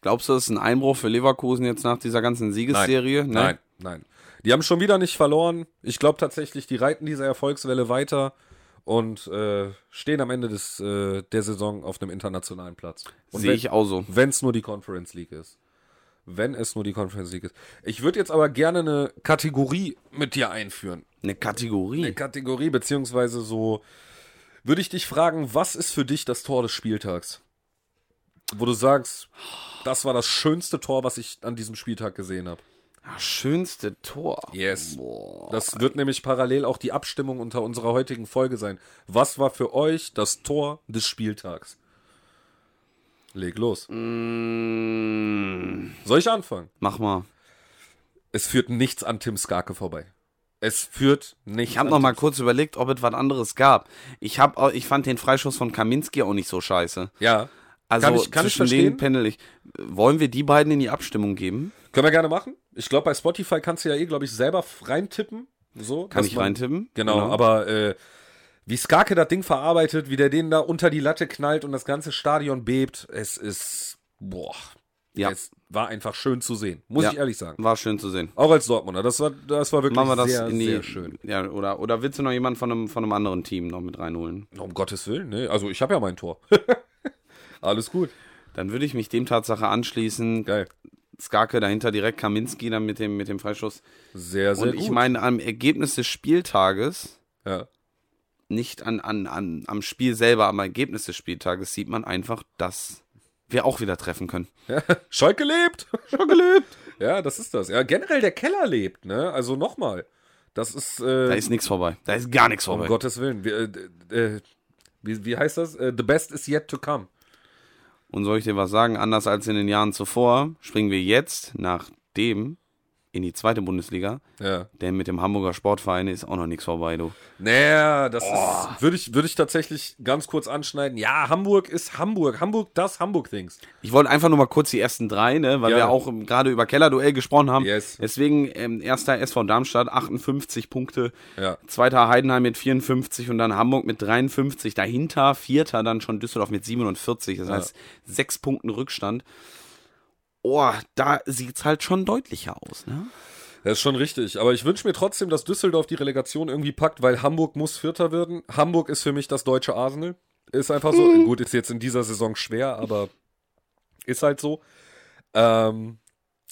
B: Glaubst du, das ist ein Einbruch für Leverkusen jetzt nach dieser ganzen Siegesserie?
A: Nein,
B: Ne?
A: nein, nein. Die haben schon wieder nicht verloren. Ich glaube tatsächlich, die reiten diese Erfolgswelle weiter und äh, stehen am Ende des, äh, der Saison auf einem internationalen Platz. Und
B: Sehe ich auch so.
A: Wenn es nur die Conference League ist. Wenn es nur die Conference League ist. Ich würde jetzt aber gerne eine Kategorie mit dir einführen.
B: Eine Kategorie.
A: Eine Kategorie, beziehungsweise so würde ich dich fragen, was ist für dich das Tor des Spieltags? Wo du sagst, das war das schönste Tor, was ich an diesem Spieltag gesehen habe.
B: Ah, schönste Tor.
A: Yes.
B: Boah.
A: Das wird nämlich parallel auch die Abstimmung unter unserer heutigen Folge sein. Was war für euch das Tor des Spieltags? Leg los.
B: Mm,
A: Soll ich anfangen?
B: mach mal.
A: Es führt nichts an Tim Skarke vorbei. Es führt nichts.
B: Ich habe
A: an
B: noch mal
A: Tim-
B: kurz überlegt, ob es was anderes gab. Ich hab, auch- ich fand den Freischuss von Kaminski auch nicht so scheiße.
A: Ja.
B: Also
A: Kann ich- kann ich
B: zwischen
A: verstehen.
B: denen pendel ich. Wollen wir die beiden in die Abstimmung geben?
A: Können wir gerne machen. Ich glaube, bei Spotify kannst du ja eh, glaube ich, selber reintippen. So,
B: Kann
A: dass
B: ich
A: man-
B: reintippen?
A: Genau, aber äh, wie Skarke das Ding verarbeitet, wie der den da unter die Latte knallt und das ganze Stadion bebt, es ist, boah,
B: Ja.
A: es war einfach schön zu sehen, muss
B: Ja.
A: ich ehrlich sagen.
B: War schön zu sehen.
A: Auch als Dortmunder, das war, das war wirklich
B: Machen wir das
A: sehr,
B: in die.
A: sehr schön.
B: Ja, oder, oder willst du noch jemanden von einem, von einem anderen Team noch mit reinholen?
A: Um Gottes Willen, ne? Also ich habe ja mein Tor. Alles gut.
B: Dann würde ich mich dem Tatsache anschließen.
A: Geil.
B: Skarke dahinter direkt, Kaminski dann mit dem, mit dem Freischuss.
A: Sehr, sehr
B: Und
A: gut.
B: ich meine, am Ergebnis des Spieltages,
A: ja.
B: nicht an, an, an, am Spiel selber, am Ergebnis des Spieltages, sieht man einfach, dass wir auch wieder treffen können.
A: Schalke lebt.
B: Schon gelebt.
A: ja, das ist das. Ja, generell der Keller lebt, ne? Also nochmal. Das ist,
B: Da
A: äh,
B: ist nichts vorbei. Da ist gar nichts
A: um
B: vorbei.
A: Gottes Willen. Wir, äh, äh, wie, wie heißt das? Äh, the best is yet to come.
B: Und soll ich dir was sagen? Anders als in den Jahren zuvor, springen wir jetzt nach dem in die zweite Bundesliga.
A: Ja.
B: Denn mit dem Hamburger Sportverein ist auch noch nichts vorbei, du.
A: Naja, das ist, würde ich, würde ich tatsächlich ganz kurz anschneiden. Ja, Hamburg ist Hamburg. Hamburg, das Hamburg-Things.
B: Ich wollte einfach nur mal kurz die ersten drei, ne, weil
A: Ja.
B: wir auch gerade über Keller-Duell gesprochen haben.
A: Yes.
B: Deswegen ähm, erster SV Darmstadt 58 Punkte,
A: Ja.
B: zweiter Heidenheim mit 54 und dann Hamburg mit 53. Dahinter vierter dann schon Düsseldorf mit 47. Das heißt sechs Punkten Rückstand. Oh, da sieht's halt schon deutlicher aus, ne?
A: Das ist schon richtig. Aber ich wünsche mir trotzdem, dass Düsseldorf die Relegation irgendwie packt, weil Hamburg muss Vierter werden. Hamburg ist für mich das deutsche Arsenal. Ist einfach so. Gut, ist jetzt in dieser Saison schwer, aber ist halt so. Ähm,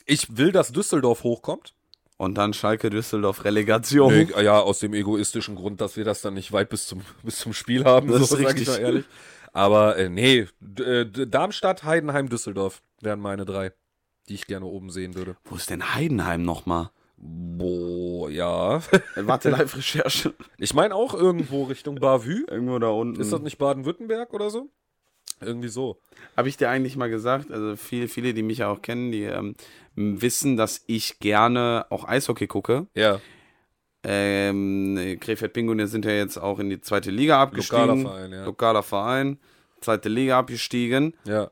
A: ich will, dass Düsseldorf hochkommt.
B: Und dann Schalke Düsseldorf Relegation.
A: Nee, ja, aus dem egoistischen Grund, dass wir das dann nicht weit bis zum, bis zum Spiel haben.
B: Das ist
A: sag
B: richtig.
A: Ich mal ehrlich. Aber äh, nee, D äh, D- Darmstadt, Heidenheim, Düsseldorf wären meine drei, die ich gerne oben sehen würde.
B: Wo ist denn Heidenheim nochmal?
A: Boah, ja.
B: Warte, Live-Recherche.
A: Ich meine auch irgendwo Richtung Bavü.
B: Irgendwo da unten.
A: Ist das nicht Baden-Württemberg oder so? Irgendwie so.
B: Habe ich dir eigentlich mal gesagt, also viele, viele, die mich ja auch kennen, die ähm, wissen, dass ich gerne auch Eishockey gucke.
A: Ja,
B: Ähm, Krefeld Pinguine sind ja jetzt auch in die zweite Liga abgestiegen.
A: Lokaler Verein, ja.
B: Lokaler Verein, zweite Liga abgestiegen.
A: ja.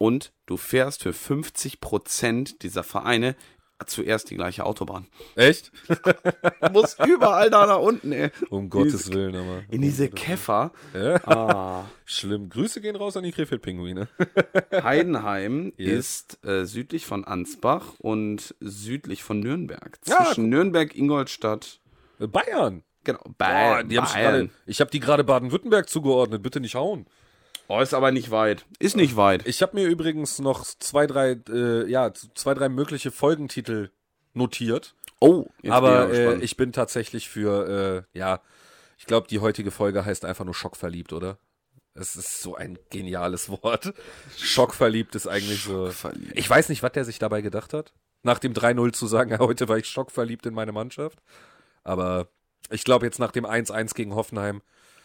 B: Und du fährst für 50 Prozent dieser Vereine zuerst die gleiche Autobahn.
A: Echt?
B: Du musst überall da nach unten, ey.
A: Um Gottes Willen, aber.
B: In diese Käfer.
A: Ja,
B: Ah.
A: schlimm. Grüße gehen raus an die Krefeld-Pinguine.
B: Heidenheim
A: Yes.
B: ist äh, südlich von Ansbach und südlich von Nürnberg.
A: Ja,
B: Zwischen Nürnberg, Ingolstadt,
A: Bayern.
B: genau,
A: Boah,
B: Bayern.
A: die haben's
B: Bayern.
A: Gerade, ich habe die gerade Baden-Württemberg zugeordnet. Bitte nicht hauen.
B: Oh, ist aber nicht weit. Ist nicht weit.
A: Ich habe mir übrigens noch zwei, drei, äh, ja, zwei, drei mögliche Folgentitel notiert.
B: Oh, jetzt
A: aber
B: bin ich,
A: äh,
B: gespannt.
A: ich bin tatsächlich für, äh, ja, ich glaube, die heutige Folge heißt einfach nur schockverliebt, oder? Es ist so ein geniales Wort. Schockverliebt ist eigentlich so.
B: Schockverliebt.
A: Ich weiß nicht, was der sich dabei gedacht hat, nach dem 3-0 zu sagen, ja, heute war ich schockverliebt in meine Mannschaft. Aber ich glaube, jetzt nach dem 1-1 gegen Hoffenheim,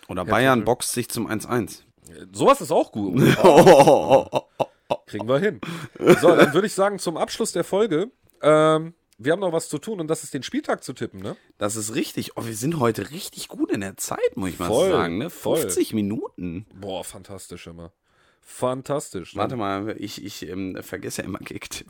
B: Oder Bayern boxt sich zum 1-1.
A: äh, sowas ist auch gut.
B: Oh, oh, oh, oh.
A: Kriegen wir hin. So, dann würde ich sagen, zum Abschluss der Folge ähm, wir haben noch was zu tun und das ist den Spieltag zu tippen, ne?
B: Das ist richtig. Oh, wir sind heute richtig gut in der Zeit, muss ich mal
A: Voll,
B: sagen. Ne?
A: voll.
B: 50 Minuten.
A: Boah, fantastisch immer. Fantastisch. ne?
B: Warte mal, ich, ich ähm, vergesse immer Kicktipp.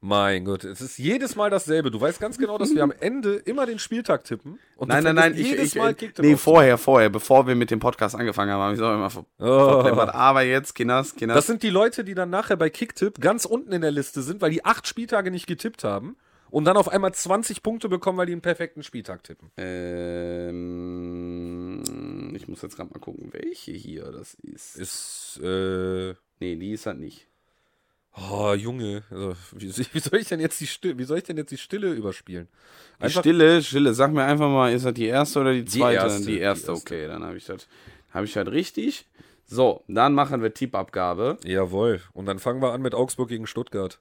A: Mein Gott, es ist jedes Mal dasselbe. Du weißt ganz genau, dass wir am Ende immer den Spieltag tippen. Und
B: Nein,
A: du
B: nein, nein,
A: vergisst
B: ich,
A: jedes
B: ich,
A: Mal
B: äh,
A: Kicktipp
B: nee,
A: auf-
B: vorher, vorher, bevor wir mit dem Podcast angefangen haben, habe ich es auch immer ver verpleppert. Aber jetzt, Kinders, Kinders.
A: Oh. Das sind die Leute, die dann nachher bei Kicktipp ganz unten in der Liste sind, weil die acht Spieltage nicht getippt haben und dann auf einmal 20 Punkte bekommen, weil die einen perfekten Spieltag tippen.
B: Ähm, ich muss jetzt gerade mal gucken, welche hier das ist.
A: Ist, äh,
B: Nee, die ist halt nicht.
A: oh, Junge, also, wie, wie soll ich denn jetzt die Stille, wie soll ich denn jetzt die Stille überspielen?
B: Die
A: Einfach-
B: Stille, Stille, sag mir einfach mal, ist das die erste oder die zweite? Die
A: erste,
B: erste,
A: die erste.
B: okay, dann habe ich das hab ich das richtig. So, dann machen wir Tippabgabe.
A: Jawohl. Und dann fangen wir an mit Augsburg gegen Stuttgart.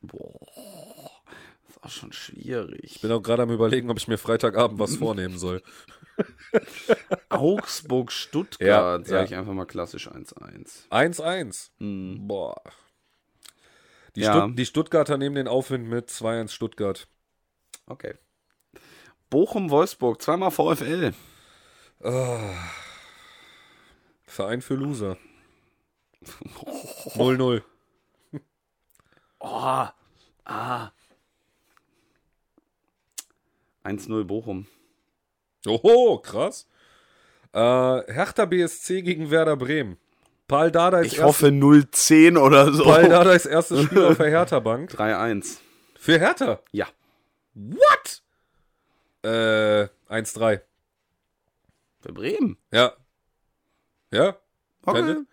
B: Boah, ist auch schon schwierig.
A: Bin auch gerade am überlegen, ob ich mir Freitagabend was vornehmen soll.
B: Augsburg,
A: Ja,
B: Stuttgart, sage
A: ja.
B: ich Mhm. einfach mal klassisch 1-1.
A: 1-1. Boah. Die,
B: Ja.
A: Stutt die Stuttgarter nehmen den Aufwind mit 2-1 Stuttgart.
B: Okay. Bochum, Wolfsburg, zweimal VfL.
A: Verein für Loser. 0-0.
B: Oh, ah. 1-0 Bochum.
A: Oho, krass. Äh, Hertha BSC gegen Werder Bremen. Paul Dardais,
B: Ich hoffe 0-10 oder so.
A: Paul Dardais erstes Spiel auf der Hertha-Bank.
B: 3-1.
A: Für Hertha.
B: Ja.
A: What? Äh, 1-3.
B: Für Bremen.
A: Ja. Ja.
B: Okay.
A: Keine-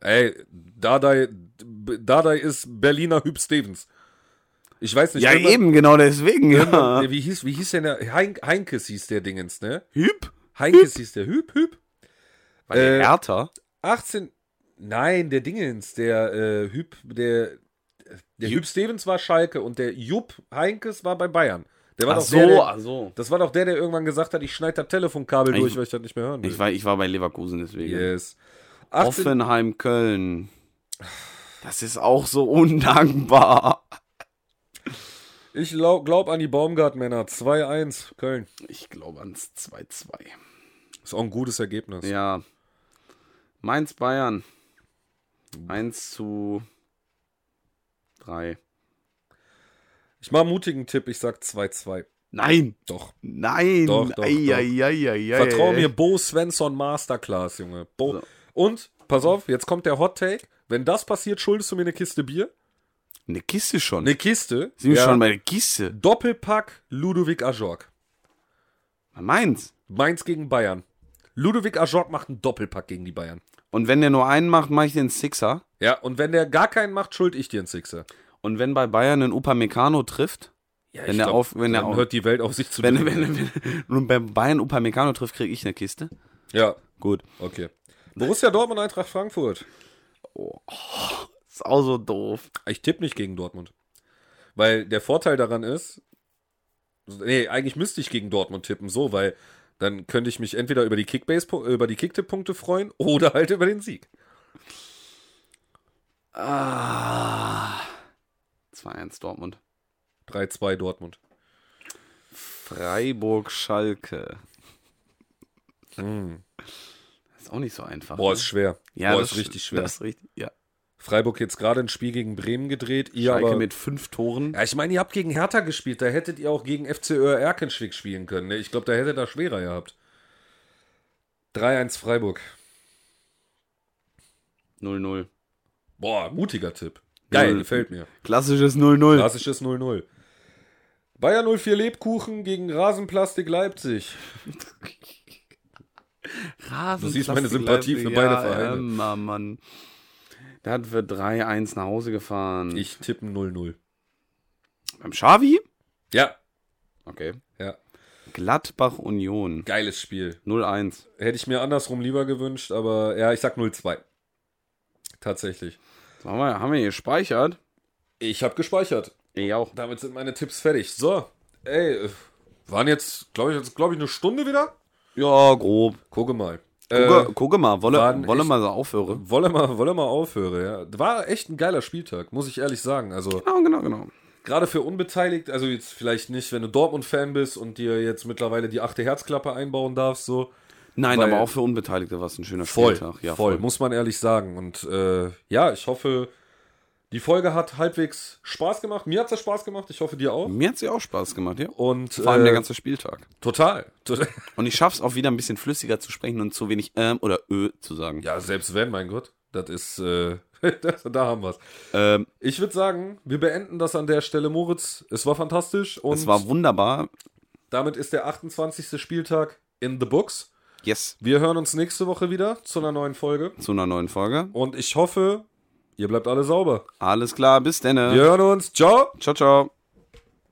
A: Ey, Dardai, Dardai ist Berliner Hüb Stevens. Ich weiß nicht.
B: Ja,
A: irgendwann-
B: eben, genau deswegen. Ja.
A: Irgendwann, wie, hieß, wie hieß denn der? Hein, Heinkes hieß der Dingens, ne?
B: Hüb?
A: Heinkes hieß der Hüb, Hüb.
B: War der
A: Äh,
B: Hertha?
A: 18. Nein, der Dingens, der äh, Hüb, der. Der Hüb Stevens war Schalke und der Jupp Heinkes war bei Bayern. Der war doch der, der,
B: so.
A: das war doch der, der irgendwann gesagt hat, ich schneide das Telefonkabel durch, weil ich das nicht mehr hören will.
B: Ich war, ich war bei Leverkusen deswegen.
A: yes. 18,
B: Offenheim, Köln. Das ist auch so undankbar.
A: ich lau- glaub an die Baumgartmänner. 2-1, Köln.
B: Ich glaube ans 2-2.
A: Ist auch ein gutes Ergebnis.
B: Ja. Mainz, Bayern. 1 zu 3.
A: Ich mache einen mutigen Tipp, ich sag 2-2.
B: Nein!
A: Doch.
B: Nein!
A: Doch, doch,
B: Ei,
A: doch.
B: ei, ei, ei, ei,
A: Vertrau
B: ei.
A: mir, Bo Svensson Masterclass, Junge. Bo.
B: So.
A: Und, pass auf, jetzt kommt der Hot Take. Wenn das passiert, schuldest du mir eine Kiste Bier.
B: Eine Kiste schon.
A: Eine Kiste.
B: Sind wir schon bei der Kiste?
A: Doppelpack Ludovic Ajorg.
B: Mainz.
A: Mainz gegen Bayern. Ludovic Ajorg macht einen Doppelpack gegen die Bayern.
B: Und wenn der nur einen macht, mache ich den Sixer.
A: Ja, und wenn der gar keinen macht, schuld ich dir einen Sixer.
B: Und wenn bei Bayern ein Upamecano trifft,
A: Ja,
B: Wenn der auf- wenn der
A: dann
B: auf-
A: hört die Welt auf sich zu
B: wenn,
A: bewegen.
B: wenn, wenn, wenn bei Bayern Upamecano trifft, kriege ich eine Kiste.
A: Ja,
B: Gut.
A: okay. Borussia Dortmund, Eintracht Frankfurt.
B: Oh, Ist auch so doof.
A: Ich tippe nicht gegen Dortmund. Weil der Vorteil daran ist, nee, eigentlich müsste ich gegen Dortmund tippen, so, weil dann könnte ich mich entweder über die Kickbase, über die Kicktipp-Punkte freuen oder halt über den Sieg.
B: Ah. 2-1 Dortmund.
A: 3-2 Dortmund.
B: Freiburg Schalke.
A: Hm.
B: Ist auch nicht so einfach.
A: Boah,
B: ne?
A: ist schwer.
B: ja,
A: Boah,
B: das
A: ist richtig schwer.
B: Das ist richtig, ja.
A: Freiburg jetzt gerade ein Spiel gegen Bremen gedreht. Ihr
B: Schalke
A: aber,
B: mit fünf Toren.
A: ja, ich meine, ihr habt gegen Hertha gespielt. Da hättet ihr auch gegen FC Öhr Erkenschwick spielen können. Ne? Ich glaube, da hättet ihr schwerer gehabt. 3-1 Freiburg.
B: 0-0.
A: Boah, mutiger Tipp. Geil,
B: Null.
A: gefällt mir.
B: Klassisches 0-0.
A: Klassisches 0-0. Bayer 04 Lebkuchen gegen Rasenplastik Leipzig.
B: Rasen.
A: Du siehst meine Sympathie für beide Vereine.
B: Ja, Mann. Der hat für 3-1 nach Hause gefahren.
A: Ich tippe 0-0.
B: Beim Xavi?
A: Ja,
B: Okay.
A: ja.
B: Gladbach Union.
A: Geiles Spiel.
B: 0-1.
A: Hätte ich mir andersrum lieber gewünscht, aber ja, ich sag 0-2. Tatsächlich.
B: So, haben, wir, haben wir hier gespeichert?
A: Ich habe gespeichert.
B: Ich auch.
A: Damit sind meine Tipps fertig. So, ey, äh, waren jetzt, glaube ich, jetzt, glaube ich, eine Stunde wieder?
B: Ja, grob.
A: Gucke mal. Äh,
B: Gucke, gucke mal, wolle,
A: waren
B: wolle
A: echt-
B: mal so aufhören.
A: Wolle mal, wolle mal aufhören, ja. War echt ein geiler Spieltag, muss ich ehrlich sagen. Also,
B: Genau, genau, genau.
A: gerade für unbeteiligt, also jetzt vielleicht nicht, wenn du Dortmund-Fan bist und dir jetzt mittlerweile die achte Herzklappe einbauen darfst, so.
B: Nein,
A: Weil-
B: aber auch für Unbeteiligte war es ein schöner
A: Voll,
B: Spieltag.
A: voll, muss man ehrlich sagen. Und äh, ja, ich hoffe, die Folge hat halbwegs Spaß gemacht. Mir hat es Spaß gemacht, ich hoffe dir auch.
B: Mir hat sie auch Spaß gemacht, ja.
A: Und
B: Vor allem
A: äh,
B: der ganze Spieltag.
A: total. total.
B: Und ich schaff's auch wieder ein bisschen flüssiger zu sprechen und zu wenig ähm oder ö zu sagen.
A: Ja, selbst wenn, mein Gott, das ist, äh, das, da haben wir's.
B: Ähm,
A: Ich würde sagen, wir beenden das an der Stelle, Moritz. Es war fantastisch und
B: es war wunderbar.
A: damit ist der 28. Spieltag in the books.
B: Yes,
A: Wir hören uns nächste Woche wieder zu einer neuen Folge
B: zu einer neuen Folge.
A: und ich hoffe, ihr bleibt alle sauber.
B: Alles klar, bis dann.
A: Wir hören uns. Ciao.
B: Ciao, ciao.